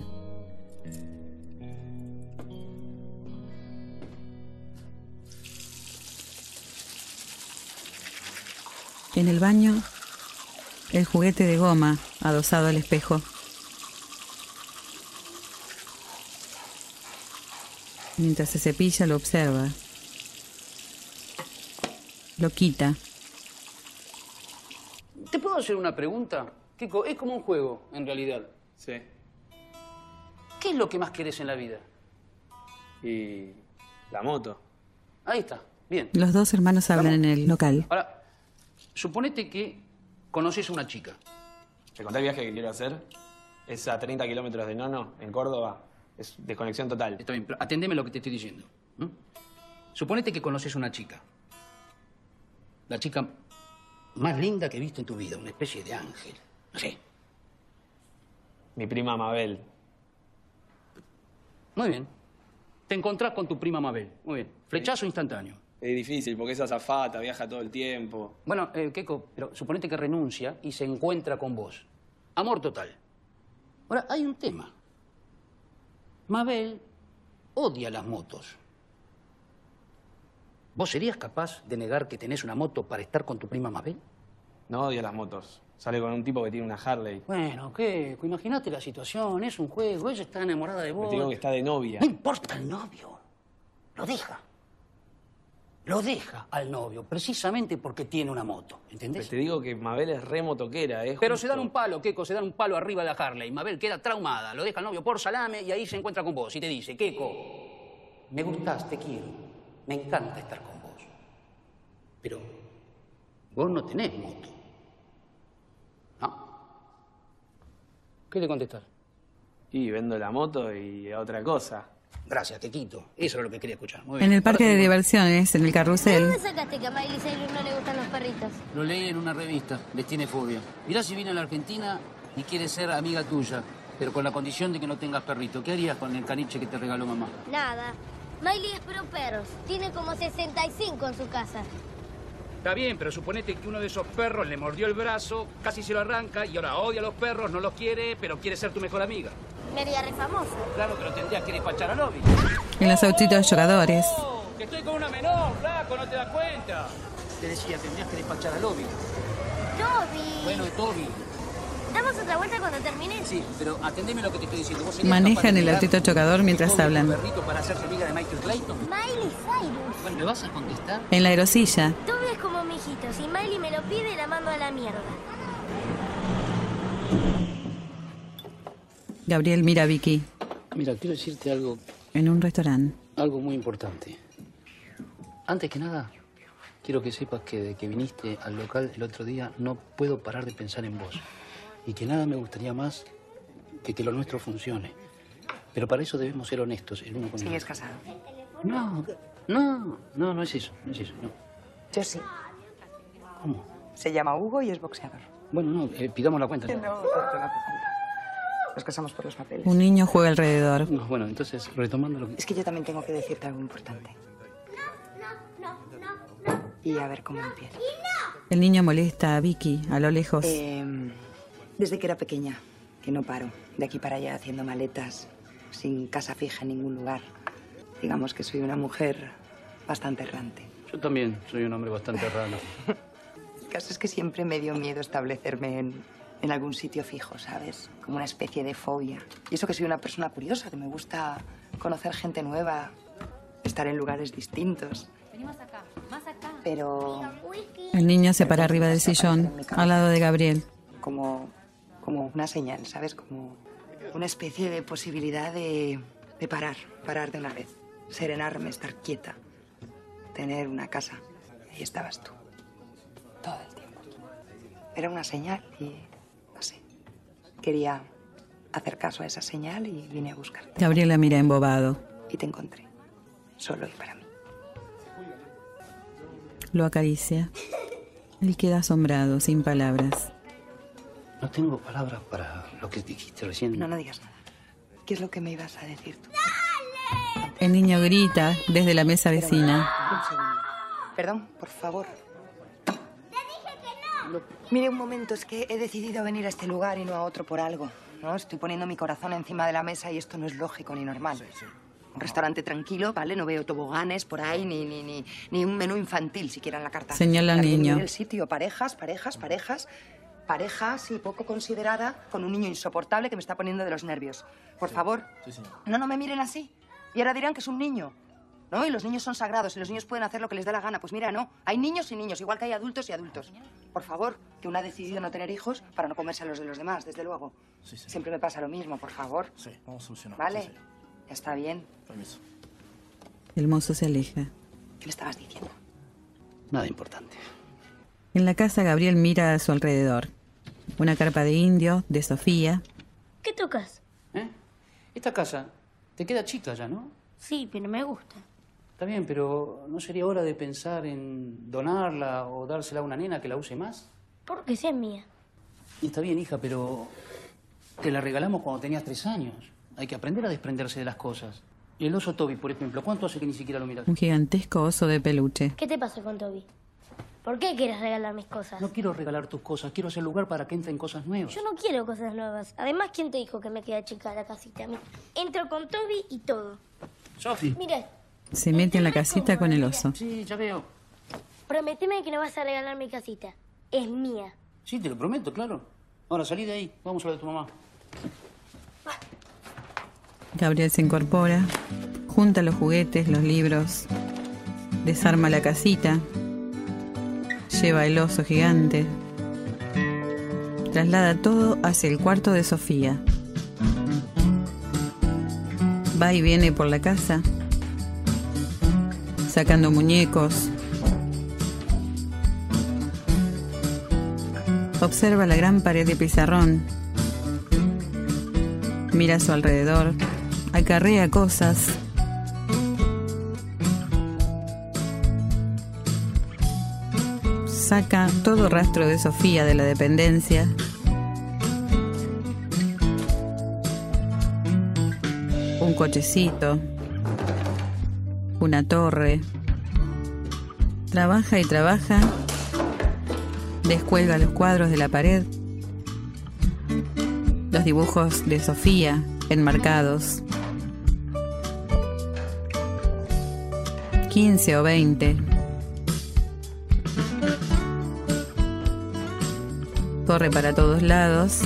Speaker 3: En el baño, el juguete de goma adosado al espejo. Mientras se cepilla, lo observa. Lo quita.
Speaker 5: ¿Te puedo hacer una pregunta? Kiko, es como un juego, en realidad.
Speaker 16: Sí.
Speaker 5: ¿Qué es lo que más querés en la vida?
Speaker 16: Y la moto.
Speaker 5: Ahí está, bien.
Speaker 3: Los dos hermanos hablan en el local.
Speaker 5: Ahora, suponete que conoces a una chica.
Speaker 16: Te conté el viaje que quiero hacer. Es a 30 kilómetros de Nono, en Córdoba, Es desconexión total.
Speaker 5: Está bien, pero atendeme lo que te estoy diciendo. ¿m? Suponete que conoces una chica. La chica más linda que he visto en tu vida, una especie de ángel. No sé.
Speaker 16: Mi prima Mabel.
Speaker 5: Muy bien. Te encontrás con tu prima Mabel. Muy bien. Flechazo instantáneo.
Speaker 16: Es difícil porque es azafata, viaja todo el tiempo.
Speaker 5: Bueno, eh, Keiko, pero suponete que renuncia y se encuentra con vos. Amor total. Ahora, hay un tema. Mabel odia las motos. ¿Vos serías capaz de negar que tenés una moto para estar con tu prima Mabel?
Speaker 16: No odia las motos. Sale con un tipo que tiene una Harley.
Speaker 5: Bueno, Keiko, imagínate la situación. Es un juego. Ella está enamorada
Speaker 16: Me
Speaker 5: de vos.
Speaker 16: digo que está de novia.
Speaker 5: No importa el novio. Lo deja. Lo deja al novio, precisamente porque tiene una moto. ¿Entendés?
Speaker 16: Pero te digo que Mabel es re motoquera, ¿eh?
Speaker 5: Pero se dan un palo, Keiko, se dan un palo arriba de la Harley. Mabel queda traumada, lo deja el novio por salame y ahí se encuentra con vos y te dice, Keiko, me gustás, te quiero, me encanta estar con vos. Pero vos no tenés moto. ¿No? ¿Qué le contestás?
Speaker 16: Y vendo la moto y otra cosa.
Speaker 5: Gracias, te quito. Eso es lo que quería escuchar. Muy
Speaker 3: En el parque de diversiones, en el carrusel,
Speaker 10: ¿Dónde sacaste que a Miley Cyrus no le gustan los perritos?
Speaker 5: Lo leí en una revista, les tiene fobia. Mirá si viene a la Argentina y quiere ser amiga tuya, pero con la condición de que no tengas perrito. ¿Qué harías con el caniche que te regaló mamá?
Speaker 10: Nada. Miley es pro perros. Tiene como 65 en su casa.
Speaker 5: Está bien, pero suponete que uno de esos perros le mordió el brazo, casi se lo arranca y ahora odia a los perros, no los quiere, pero quiere ser tu mejor amiga.
Speaker 10: Me haría re famoso.
Speaker 5: Claro, pero tendrías que despachar a Lobby.
Speaker 3: en los autitos lloradores.
Speaker 5: ¡Que estoy con una menor, flaco, no te das cuenta! Te decía, tendrías que despachar a Lobby.
Speaker 10: Toby,
Speaker 5: Bueno, Toby.
Speaker 10: damos otra vuelta cuando termine.
Speaker 5: Sí, pero atendeme lo que te estoy diciendo. ¿Vos serías capaz
Speaker 3: Manejan
Speaker 5: de
Speaker 3: el
Speaker 5: negar
Speaker 3: autito chocador mientras
Speaker 5: Toby es un
Speaker 3: hablan.
Speaker 5: perrito para hacerse amiga de Michael Clayton?
Speaker 10: Miley Cyrus.
Speaker 5: Bueno, ¿me vas a contestar?
Speaker 3: En la aerosilla,
Speaker 10: Toby es como mi hijito. Si Miley me lo pide, la mando a la mierda.
Speaker 3: Gabriel mira a Vicky
Speaker 5: Mira, quiero decirte algo,
Speaker 3: en un restaurante.
Speaker 5: algo muy importante. Antes que nada, quiero que sepas que desde que viniste al local el otro día no puedo parar de pensar en vos. Y que nada me gustaría más que que lo nuestro funcione. Pero para eso debemos ser honestos el uno con el otro.
Speaker 6: ¿Sigues casado?
Speaker 5: No, no, no, no es eso, no es eso, no.
Speaker 6: Yo sí.
Speaker 5: ¿Cómo?
Speaker 6: Se llama Hugo y es boxeador.
Speaker 5: Bueno, no, eh, pidamos la cuenta.
Speaker 6: Que
Speaker 5: ya.
Speaker 6: no, tanto no hace falta. Nos casamos por los papeles.
Speaker 3: Un niño juega alrededor.
Speaker 5: No, bueno, entonces, retomando lo que...
Speaker 6: Es que yo también tengo que decirte algo importante. Y a ver cómo empiezo.
Speaker 3: El niño molesta a Vicky a lo lejos.
Speaker 6: Eh, desde que era pequeña, que no paro. De aquí para allá haciendo maletas, sin casa fija en ningún lugar. Digamos que soy una mujer bastante errante.
Speaker 5: Yo también soy un hombre bastante raro.
Speaker 6: El caso es que siempre me dio miedo establecerme en, en algún sitio fijo, ¿sabes? Como una especie de fobia. Y eso que soy una persona curiosa, que me gusta conocer gente nueva, estar en lugares distintos.
Speaker 7: Venimos acá, más acá.
Speaker 6: Pero
Speaker 3: El niño se para arriba del sillón, al lado de Gabriel.
Speaker 6: como, como una señal, ¿sabes? Como una especie de posibilidad de, de parar, parar de una vez, serenarme, estar quieta, tener una casa. Ahí estabas tú, todo el tiempo. Era una señal y, no sé, quería hacer caso a esa señal y vine a buscarte.
Speaker 3: Gabriel la mira embobado.
Speaker 6: Y te encontré, solo y para mí.
Speaker 3: Lo acaricia. Él queda asombrado, sin palabras.
Speaker 5: No tengo palabras para lo que dijiste recién.
Speaker 6: No, no digas nada. ¿Qué es lo que me ibas a decir tú?
Speaker 3: El niño grita desde la mesa vecina.
Speaker 6: Un segundo. Perdón, por favor. Te dije que no. Mire, un momento, es que he decidido venir a este lugar y no a otro por algo. ¿no? Estoy poniendo mi corazón encima de la mesa y esto no es lógico ni normal. Un restaurante tranquilo, ¿vale? No veo toboganes por ahí, ni, ni, ni, ni un menú infantil siquiera en la carta.
Speaker 3: Señala al
Speaker 6: También
Speaker 3: niño.
Speaker 6: mire el sitio, parejas, parejas, parejas. Pareja, sí, poco considerada, con un niño insoportable que me está poniendo de los nervios. Por favor, no, no me miren así. Y ahora dirán que es un niño. ¿No? Y los niños son sagrados y los niños pueden hacer lo que les da la gana. Pues mira, no. Hay niños y niños, igual que hay adultos y adultos. Por favor, que uno ha decidido no tener hijos para no comerse a los de los demás, desde luego. Siempre me pasa lo mismo, por favor.
Speaker 18: Sí, vamos a solucionar.
Speaker 6: ¿Vale? Ya está bien.
Speaker 18: Permiso.
Speaker 3: El mozo se aleja.
Speaker 6: ¿Qué me estabas diciendo?
Speaker 5: Nada importante.
Speaker 3: En la casa, Gabriel mira a su alrededor. Una carpa de indio, de Sofía.
Speaker 10: ¿Qué tocas?
Speaker 5: ¿Eh? Esta casa Te queda chica ya, ¿no?
Speaker 10: Sí, pero me gusta.
Speaker 5: Está bien, pero ¿no sería hora de pensar en donarla o dársela a una nena que la use más?
Speaker 10: Porque sí es mía.
Speaker 5: Y está bien, hija, pero te la regalamos cuando tenías tres años. Hay que aprender a desprenderse de las cosas. Y el oso Toby, por ejemplo, ¿cuánto hace que ni siquiera lo miras?
Speaker 3: Un gigantesco oso de peluche.
Speaker 10: ¿Qué te pasó con Toby? ¿Por qué quieres regalar mis cosas?
Speaker 5: No quiero regalar tus cosas, quiero hacer lugar para que entren cosas nuevas.
Speaker 10: Yo no quiero cosas nuevas. Además, ¿quién te dijo que me queda chica la casita? Mira, Entro con Toby y todo.
Speaker 5: Sofi.
Speaker 10: Mira,
Speaker 3: Se mete en la casita con el oso.
Speaker 5: Sí, ya veo.
Speaker 10: prometeme que no vas a regalar mi casita. Es mía.
Speaker 5: Sí, te lo prometo, claro. Ahora salí de ahí, vamos a lo de tu mamá.
Speaker 3: Gabriel se incorpora, junta los juguetes, los libros, desarma la casita, lleva el oso gigante, traslada todo hacia el cuarto de Sofía. Va y viene por la casa, sacando muñecos. Observa la gran pared de pizarrón. Mira a su alrededor, acarrea cosas. Saca todo rastro de Sofía de la dependencia. Un cochecito. Una torre. Trabaja y trabaja. Descuelga los cuadros de la pared los dibujos de Sofía enmarcados. 15 o 20. Corre para todos lados.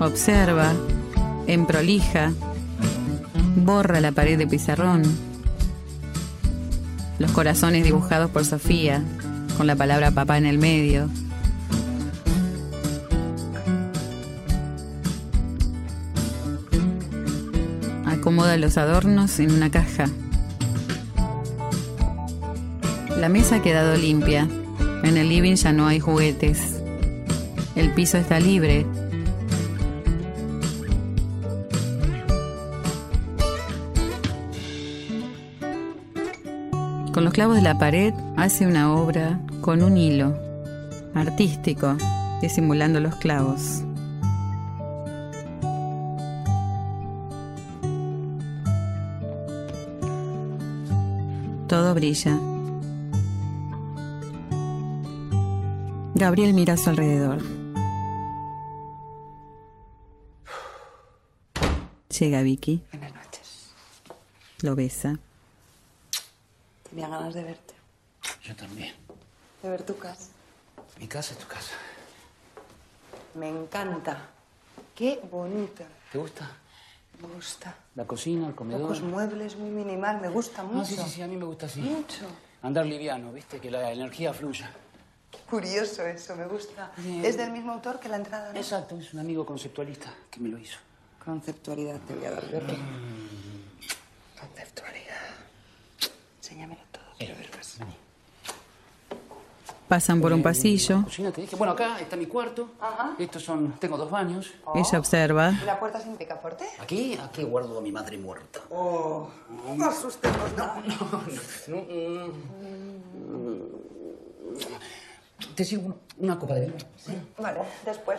Speaker 3: Observa, emprolija, borra la pared de pizarrón. Los corazones dibujados por Sofía con la palabra papá en el medio. Acomoda los adornos en una caja. La mesa ha quedado limpia. En el living ya no hay juguetes. El piso está libre. Con los clavos de la pared hace una obra con un hilo artístico, disimulando los clavos. Todo brilla. Gabriel mira a su alrededor. Llega Vicky.
Speaker 6: Buenas noches.
Speaker 3: Lo besa.
Speaker 6: Tenía ganas de verte,
Speaker 5: Yo también.
Speaker 6: de ver tu casa.
Speaker 5: Mi casa es tu casa.
Speaker 6: Me encanta. Qué bonita.
Speaker 5: ¿Te gusta?
Speaker 6: Me gusta.
Speaker 5: La cocina, el comedor.
Speaker 6: Pocos muebles, muy minimal. Me gusta mucho.
Speaker 5: Ah, sí, sí, sí, a mí me gusta así.
Speaker 6: Mucho.
Speaker 5: Andar liviano, viste, que la energía fluya.
Speaker 6: Curioso eso, me gusta.
Speaker 5: Bien.
Speaker 6: Es del mismo autor que la entrada. ¿no?
Speaker 5: Exacto, es un amigo conceptualista que me lo hizo.
Speaker 6: Conceptualidad te voy a dar, Berto.
Speaker 5: Mm.
Speaker 6: Conceptualidad. Enséñamelo todo.
Speaker 5: Eh.
Speaker 6: Quiero ver más.
Speaker 3: Pasan por un pasillo.
Speaker 5: Cocina, te dije. Bueno, acá está mi cuarto. Estos son. Tengo dos baños.
Speaker 3: Oh. Ella observa.
Speaker 6: ¿Y la puerta sin picaporte?
Speaker 5: Aquí, aquí guardo a mi madre muerta.
Speaker 6: Oh, no asustemos, no.
Speaker 5: No, mm. Te sirvo una- una copa de vino.
Speaker 6: Vale, después.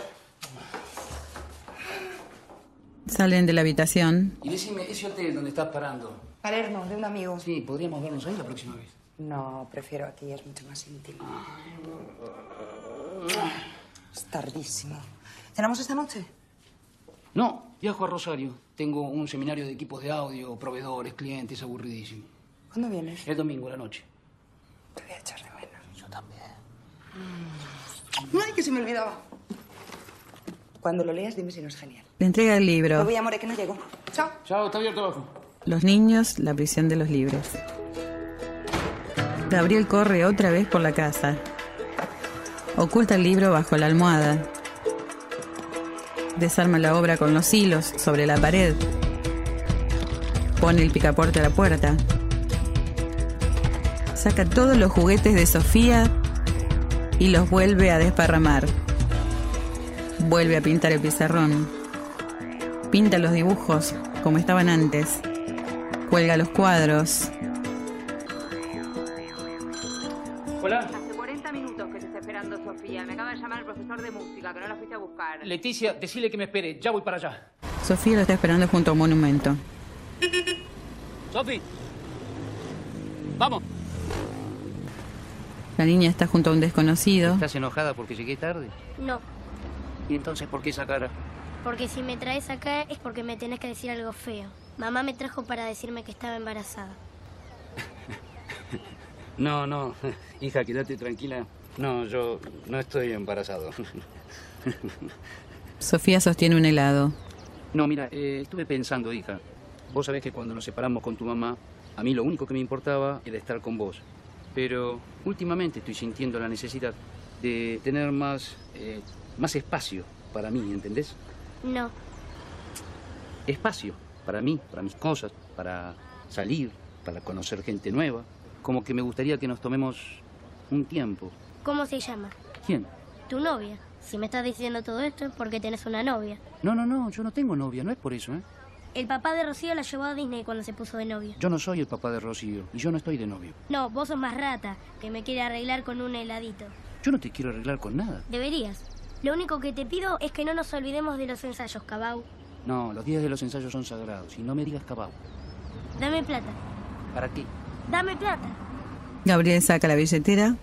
Speaker 3: Salen de la habitación.
Speaker 5: Y decime, ese hotel donde estás parando.
Speaker 6: Palermo, de un amigo.
Speaker 5: Sí, podríamos vernos ahí la próxima vez. Ah.
Speaker 6: No, prefiero aquí, es mucho más íntimo. Es tardísimo. ¿Cenamos esta noche?
Speaker 5: No, viajo a Rosario. Tengo un seminario de equipos de audio, proveedores, clientes, aburridísimo.
Speaker 6: ¿Cuándo vienes?
Speaker 5: El domingo a la noche.
Speaker 6: Te voy a echar de menos. Mm.
Speaker 5: Yo también.
Speaker 6: Ay, que se me olvidaba. Cuando lo leas, dime si no es genial.
Speaker 3: Le entrega el
Speaker 6: Lo
Speaker 3: libro.
Speaker 6: voy, amor, que no llego. Chao.
Speaker 5: Chao, está abierto abajo.
Speaker 3: Los niños, la prisión de los libres. Gabriel corre otra vez por la casa. Oculta el libro bajo la almohada. Desarma la obra con los hilos sobre la pared. Pone el picaporte a la puerta. Saca todos los juguetes de Sofía y los vuelve a desparramar. Vuelve a pintar el pizarrón. Pinta los dibujos como estaban antes. Cuelga los cuadros.
Speaker 5: Hola.
Speaker 21: Hace 40 minutos que te está esperando Sofía. Me acaba de llamar el profesor de música, que no la fuiste a buscar.
Speaker 5: Leticia, decile que me espere. Ya voy para allá.
Speaker 3: Sofía lo está esperando junto a un monumento.
Speaker 5: Sofi. Vamos.
Speaker 3: La niña está junto a un desconocido.
Speaker 5: ¿Estás enojada porque llegué tarde?
Speaker 10: No,
Speaker 5: ¿Y entonces por qué esa cara?
Speaker 10: porque si me traes acá es porque me tenés que decir algo feo. Mamá me trajo para decirme que estaba embarazada.
Speaker 5: No, no. Hija, quédate tranquila. No, yo no estoy embarazado.
Speaker 3: Sofía sostiene un helado.
Speaker 5: No, mira, eh, estuve pensando, hija. Vos sabés que cuando nos separamos con tu mamá, a mí lo único que me importaba era estar con vos. Pero últimamente estoy sintiendo la necesidad de tener más, eh, más espacio para mí, ¿entendés?
Speaker 10: No,
Speaker 5: Espacio para mí, para mis cosas, para salir, para conocer gente nueva. Como que me gustaría que nos tomemos un tiempo.
Speaker 10: ¿cómo se llama?
Speaker 5: ¿Quién?
Speaker 10: Tu novia. Si me estás diciendo todo esto es porque tenés una novia.
Speaker 5: No, no, no, yo no tengo novia, no es por eso, ¿eh?
Speaker 10: El papá de Rocío la llevó a Disney cuando se puso de novio.
Speaker 5: Yo no soy el papá de Rocío y yo no estoy de novio.
Speaker 10: No, vos sos más rata, que me quiere arreglar con un heladito.
Speaker 5: Yo no te quiero arreglar con nada.
Speaker 10: Deberías. Lo único que te pido es que no nos olvidemos de los ensayos, Cabau.
Speaker 5: No, los días de los ensayos son sagrados y no me digas cabao.
Speaker 10: Dame plata.
Speaker 5: ¿Para qué?
Speaker 10: Dame plata.
Speaker 3: Gabriel saca la billetera.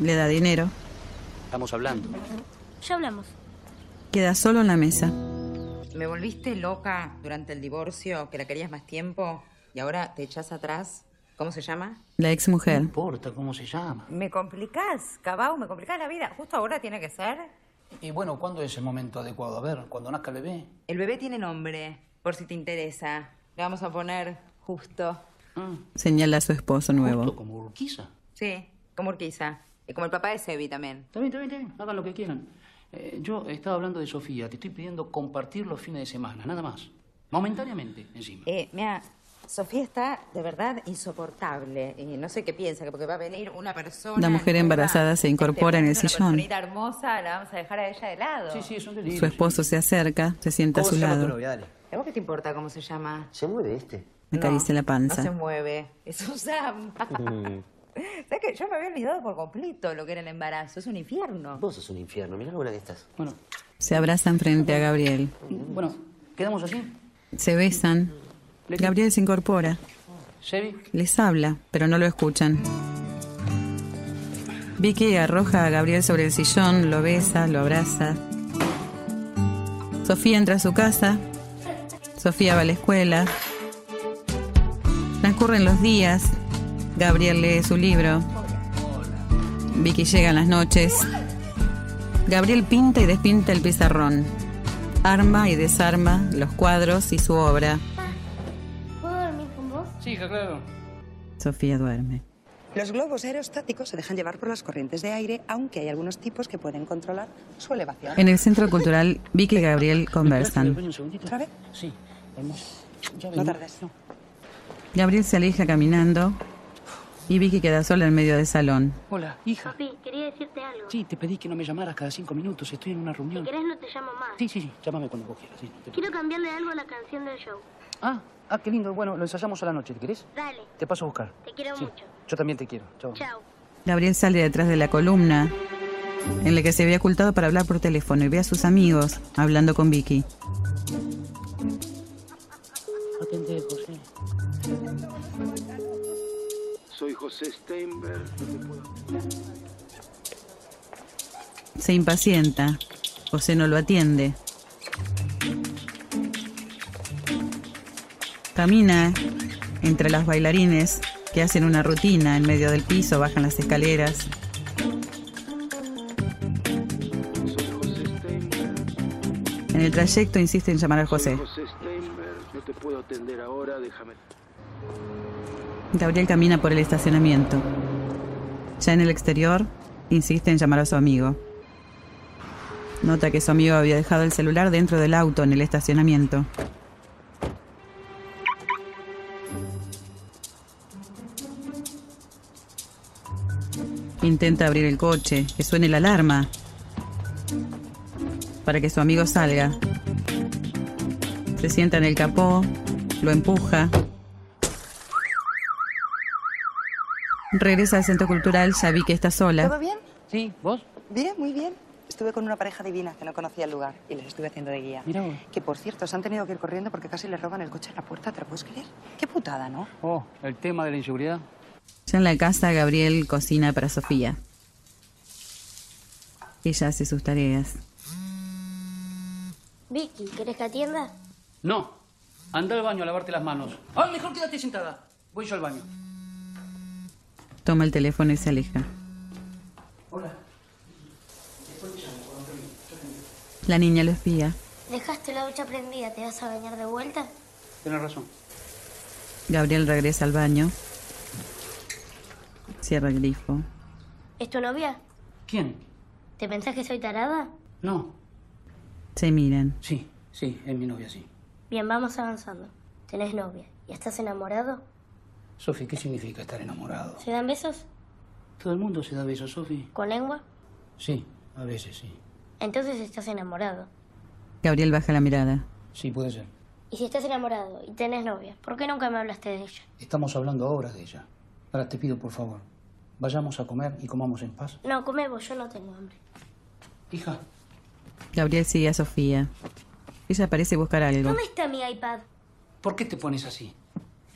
Speaker 3: Le da dinero.
Speaker 5: Estamos hablando.
Speaker 10: Ya hablamos.
Speaker 3: Queda solo en la mesa.
Speaker 22: ¿Me volviste loca durante el divorcio, que la querías más tiempo y ahora te echás atrás? ¿Cómo se llama?
Speaker 3: La ex mujer.
Speaker 5: importa cómo se llama.
Speaker 22: Me complicás, Cabau, me complicás la vida. ¿Justo ahora tiene que ser?
Speaker 5: Y bueno, ¿cuándo es el momento adecuado? A ver, cuando nazca el bebé.
Speaker 22: El bebé tiene nombre, por si te interesa. Le vamos a poner justo.
Speaker 3: Señala a su esposo nuevo.
Speaker 5: ¿Como Urquiza?
Speaker 22: Sí, como Urquiza. Y como el papá de Sebi también.
Speaker 5: También, también, también. Hagan lo que quieran. Eh, yo estaba hablando de Sofía. Te estoy pidiendo compartir los fines de semana, nada más. Momentáneamente, encima.
Speaker 22: Eh, mira, Sofía está de verdad insoportable. Y no sé qué piensa, que porque va a venir una persona. Este
Speaker 3: La mujer embarazada se incorpora en el sillón.
Speaker 22: Bonita, hermosa, la vamos a dejar a ella de lado. Sí,
Speaker 5: sí, es un
Speaker 3: Su esposo se acerca, se sienta a su lado.
Speaker 22: ¿A vos qué te importa cómo se llama? Se mueve este.
Speaker 3: Me acaricia la
Speaker 22: No se
Speaker 3: panza.
Speaker 22: mueve. Es un Sam. ¿Sabes que Yo me había olvidado por completo lo que era el embarazo. Es un infierno. Vos sos un infierno. Mirá lo buena que estás.
Speaker 5: Bueno,
Speaker 3: Se abrazan frente a Gabriel.
Speaker 5: bueno ¿quedamos así?
Speaker 3: Se besan. Gabriel se incorpora.
Speaker 5: ¿Sebi?
Speaker 3: Les habla, pero no lo escuchan. Vicky arroja a Gabriel sobre el sillón, lo besa, lo abraza. Sofía entra a su casa. Sofía va a la escuela. Transcurren los días. Gabriel lee su libro. Vicky llega en las noches. Gabriel pinta y despinta el pizarrón. Arma y desarma los cuadros y su obra.
Speaker 10: ¿Puedo dormir con vos?
Speaker 5: Sí, hija, claro.
Speaker 3: Sofía duerme.
Speaker 23: Los globos aerostáticos se dejan llevar por las corrientes de aire, aunque hay algunos tipos que pueden controlar su elevación.
Speaker 3: En el centro cultural, Vicky y Gabriel conversan.
Speaker 5: un segundito?
Speaker 23: ¿Otra vez?
Speaker 5: Sí, vamos. Ya
Speaker 23: No tardes.
Speaker 3: Gabriel se aleja caminando y Vicky queda sola en medio del salón.
Speaker 5: Hola, hija.
Speaker 10: Papi, quería decirte algo.
Speaker 5: Sí, te pedí que no me llamaras cada cinco minutos. Estoy en una
Speaker 10: Si
Speaker 5: reunión.
Speaker 10: querés no te llamo más.
Speaker 5: Sí, sí, sí. Llámame cuando vos quieras. sí, no te preocupes.
Speaker 10: Quiero cambiarle algo a la canción del show.
Speaker 5: Ah, ah, qué lindo. Bueno, lo ensayamos a la noche. ¿Te querés?
Speaker 10: Dale,
Speaker 5: Te paso a buscar.
Speaker 10: te quiero
Speaker 5: Sí.
Speaker 10: mucho.
Speaker 5: Yo también te quiero. Chao.
Speaker 10: Chao.
Speaker 3: Gabriel sale detrás de la columna en la que se había ocultado para hablar por teléfono y ve a sus amigos hablando con Vicky.
Speaker 5: Atendé, José.
Speaker 24: Soy José Steinberg.
Speaker 3: Se impacienta. José no lo atiende. Camina entre los bailarines que hacen una rutina en medio del piso, bajan las escaleras. En el trayecto insiste en llamar a José.
Speaker 24: José Steinberg, no te puedo atender ahora, déjame.
Speaker 3: Gabriel camina por el estacionamiento. Ya en el exterior, insiste en llamar a su amigo. Nota que su amigo había dejado el celular dentro del auto en el estacionamiento. Intenta abrir el coche, que suene la alarma. para que su amigo salga. Se sienta en el capó, lo empuja. Regresa al centro cultural, ya vi que está
Speaker 23: ¿Todo
Speaker 3: sola.
Speaker 23: bien?
Speaker 5: Sí, ¿vos?
Speaker 23: Bien, muy bien. Estuve con una pareja divina que no conocía el lugar y les estuve haciendo de guía.
Speaker 5: Mira vos.
Speaker 23: Que por cierto, se han tenido que ir corriendo porque casi les roban el coche en la puerta, ¿te lo puedes creer? Qué putada, ¿no?
Speaker 5: Oh, el tema de la inseguridad.
Speaker 3: Ya en la casa, Gabriel cocina para Sofía. Ella hace sus tareas.
Speaker 10: Vicky, ¿querés que atienda?
Speaker 5: No. Anda al baño a lavarte las manos. Ah, mejor quédate sentada. Voy yo al baño.
Speaker 3: Toma el teléfono y se aleja.
Speaker 5: Hola.
Speaker 3: La niña lo espía.
Speaker 10: Dejaste la ducha prendida, ¿te vas a bañar de vuelta?
Speaker 5: Tienes razón.
Speaker 3: Gabriel regresa al baño. Cierra el grifo.
Speaker 10: ¿Es tu novia?
Speaker 5: ¿Quién?
Speaker 10: ¿Te pensás que soy tarada?
Speaker 5: No.
Speaker 3: Se miran.
Speaker 5: Sí, sí, es mi novia, sí.
Speaker 10: Bien, vamos avanzando. ¿Tenés novia? ¿Y estás enamorado?
Speaker 5: Sofi, ¿qué significa estar enamorado?
Speaker 10: ¿Se dan besos?
Speaker 5: Todo el mundo se da besos, Sofi.
Speaker 10: ¿Con lengua?
Speaker 5: Sí, a veces sí.
Speaker 10: Entonces estás enamorado.
Speaker 3: Gabriel baja la mirada.
Speaker 5: Sí, puede ser.
Speaker 10: Y si estás enamorado y tenés novia, ¿por qué nunca me hablaste de ella?
Speaker 5: Estamos hablando ahora de ella. Ahora te pido, por favor, vayamos a comer y comamos en paz.
Speaker 10: No, comemos, yo no tengo hambre.
Speaker 5: Hija.
Speaker 3: Gabriel sigue a Sofía. Ella parece buscar algo.
Speaker 10: ¿Dónde está mi iPad?
Speaker 5: ¿Por qué te pones así?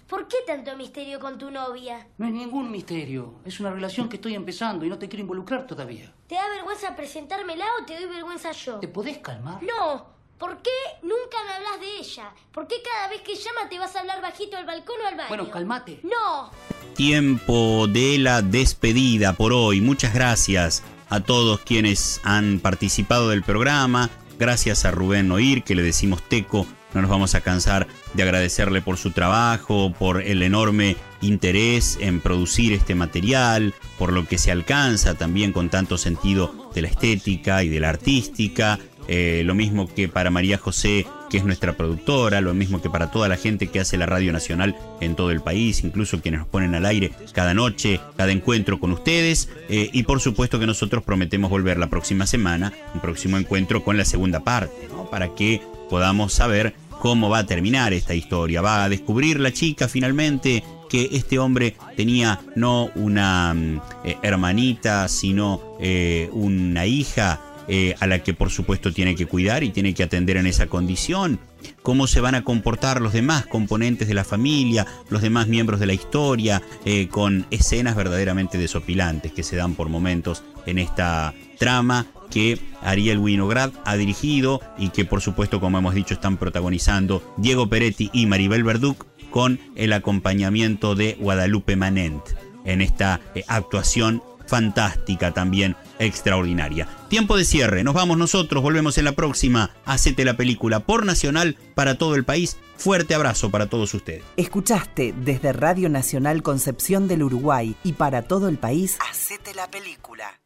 Speaker 10: ¿Por qué tanto misterio con tu novia?
Speaker 5: No es ningún misterio. Es una relación que estoy empezando y no te quiero involucrar todavía.
Speaker 10: ¿Te da vergüenza presentármela o te doy vergüenza yo?
Speaker 5: ¿Te podés calmar?
Speaker 10: No, ¿por qué nunca me hablas de ella? ¿Por qué cada vez que llama te vas a hablar bajito al balcón o al baño?
Speaker 5: Bueno, calmate.
Speaker 10: No,
Speaker 2: Tiempo de la despedida por hoy. Muchas gracias a todos quienes han participado del programa. Gracias a Rubén Oir, que le decimos teco. No nos vamos a cansar de agradecerle por su trabajo, por el enorme interés en producir este material, por lo que se alcanza también con tanto sentido de la estética y de la artística. Eh, lo mismo que para María José, que es nuestra productora, lo mismo que para toda la gente que hace la Radio Nacional en todo el país, incluso quienes nos ponen al aire cada noche, cada encuentro con ustedes. Eh, y por supuesto que nosotros prometemos volver la próxima semana, un próximo encuentro con la segunda parte, ¿no? para que podamos saber cómo va a terminar esta historia. Va a descubrir la chica finalmente que este hombre tenía no una mm, eh, hermanita, sino eh, una hija eh, a la que por supuesto tiene que cuidar y tiene que atender en esa condición. Cómo se van a comportar los demás componentes de la familia, los demás miembros de la historia, eh, con escenas verdaderamente desopilantes que se dan por momentos en esta trama que Ariel Winograd ha dirigido y que por supuesto, como hemos dicho, están protagonizando Diego Peretti y Maribel Verduc con el acompañamiento de Guadalupe Manent en esta eh, actuación fantástica también extraordinaria. Tiempo de cierre, nos vamos nosotros, volvemos en la próxima. Hacete la película por Nacional para todo el país. Fuerte abrazo para todos ustedes.
Speaker 19: Escuchaste desde Radio Nacional Concepción del Uruguay y para todo el país
Speaker 1: Hacete la película.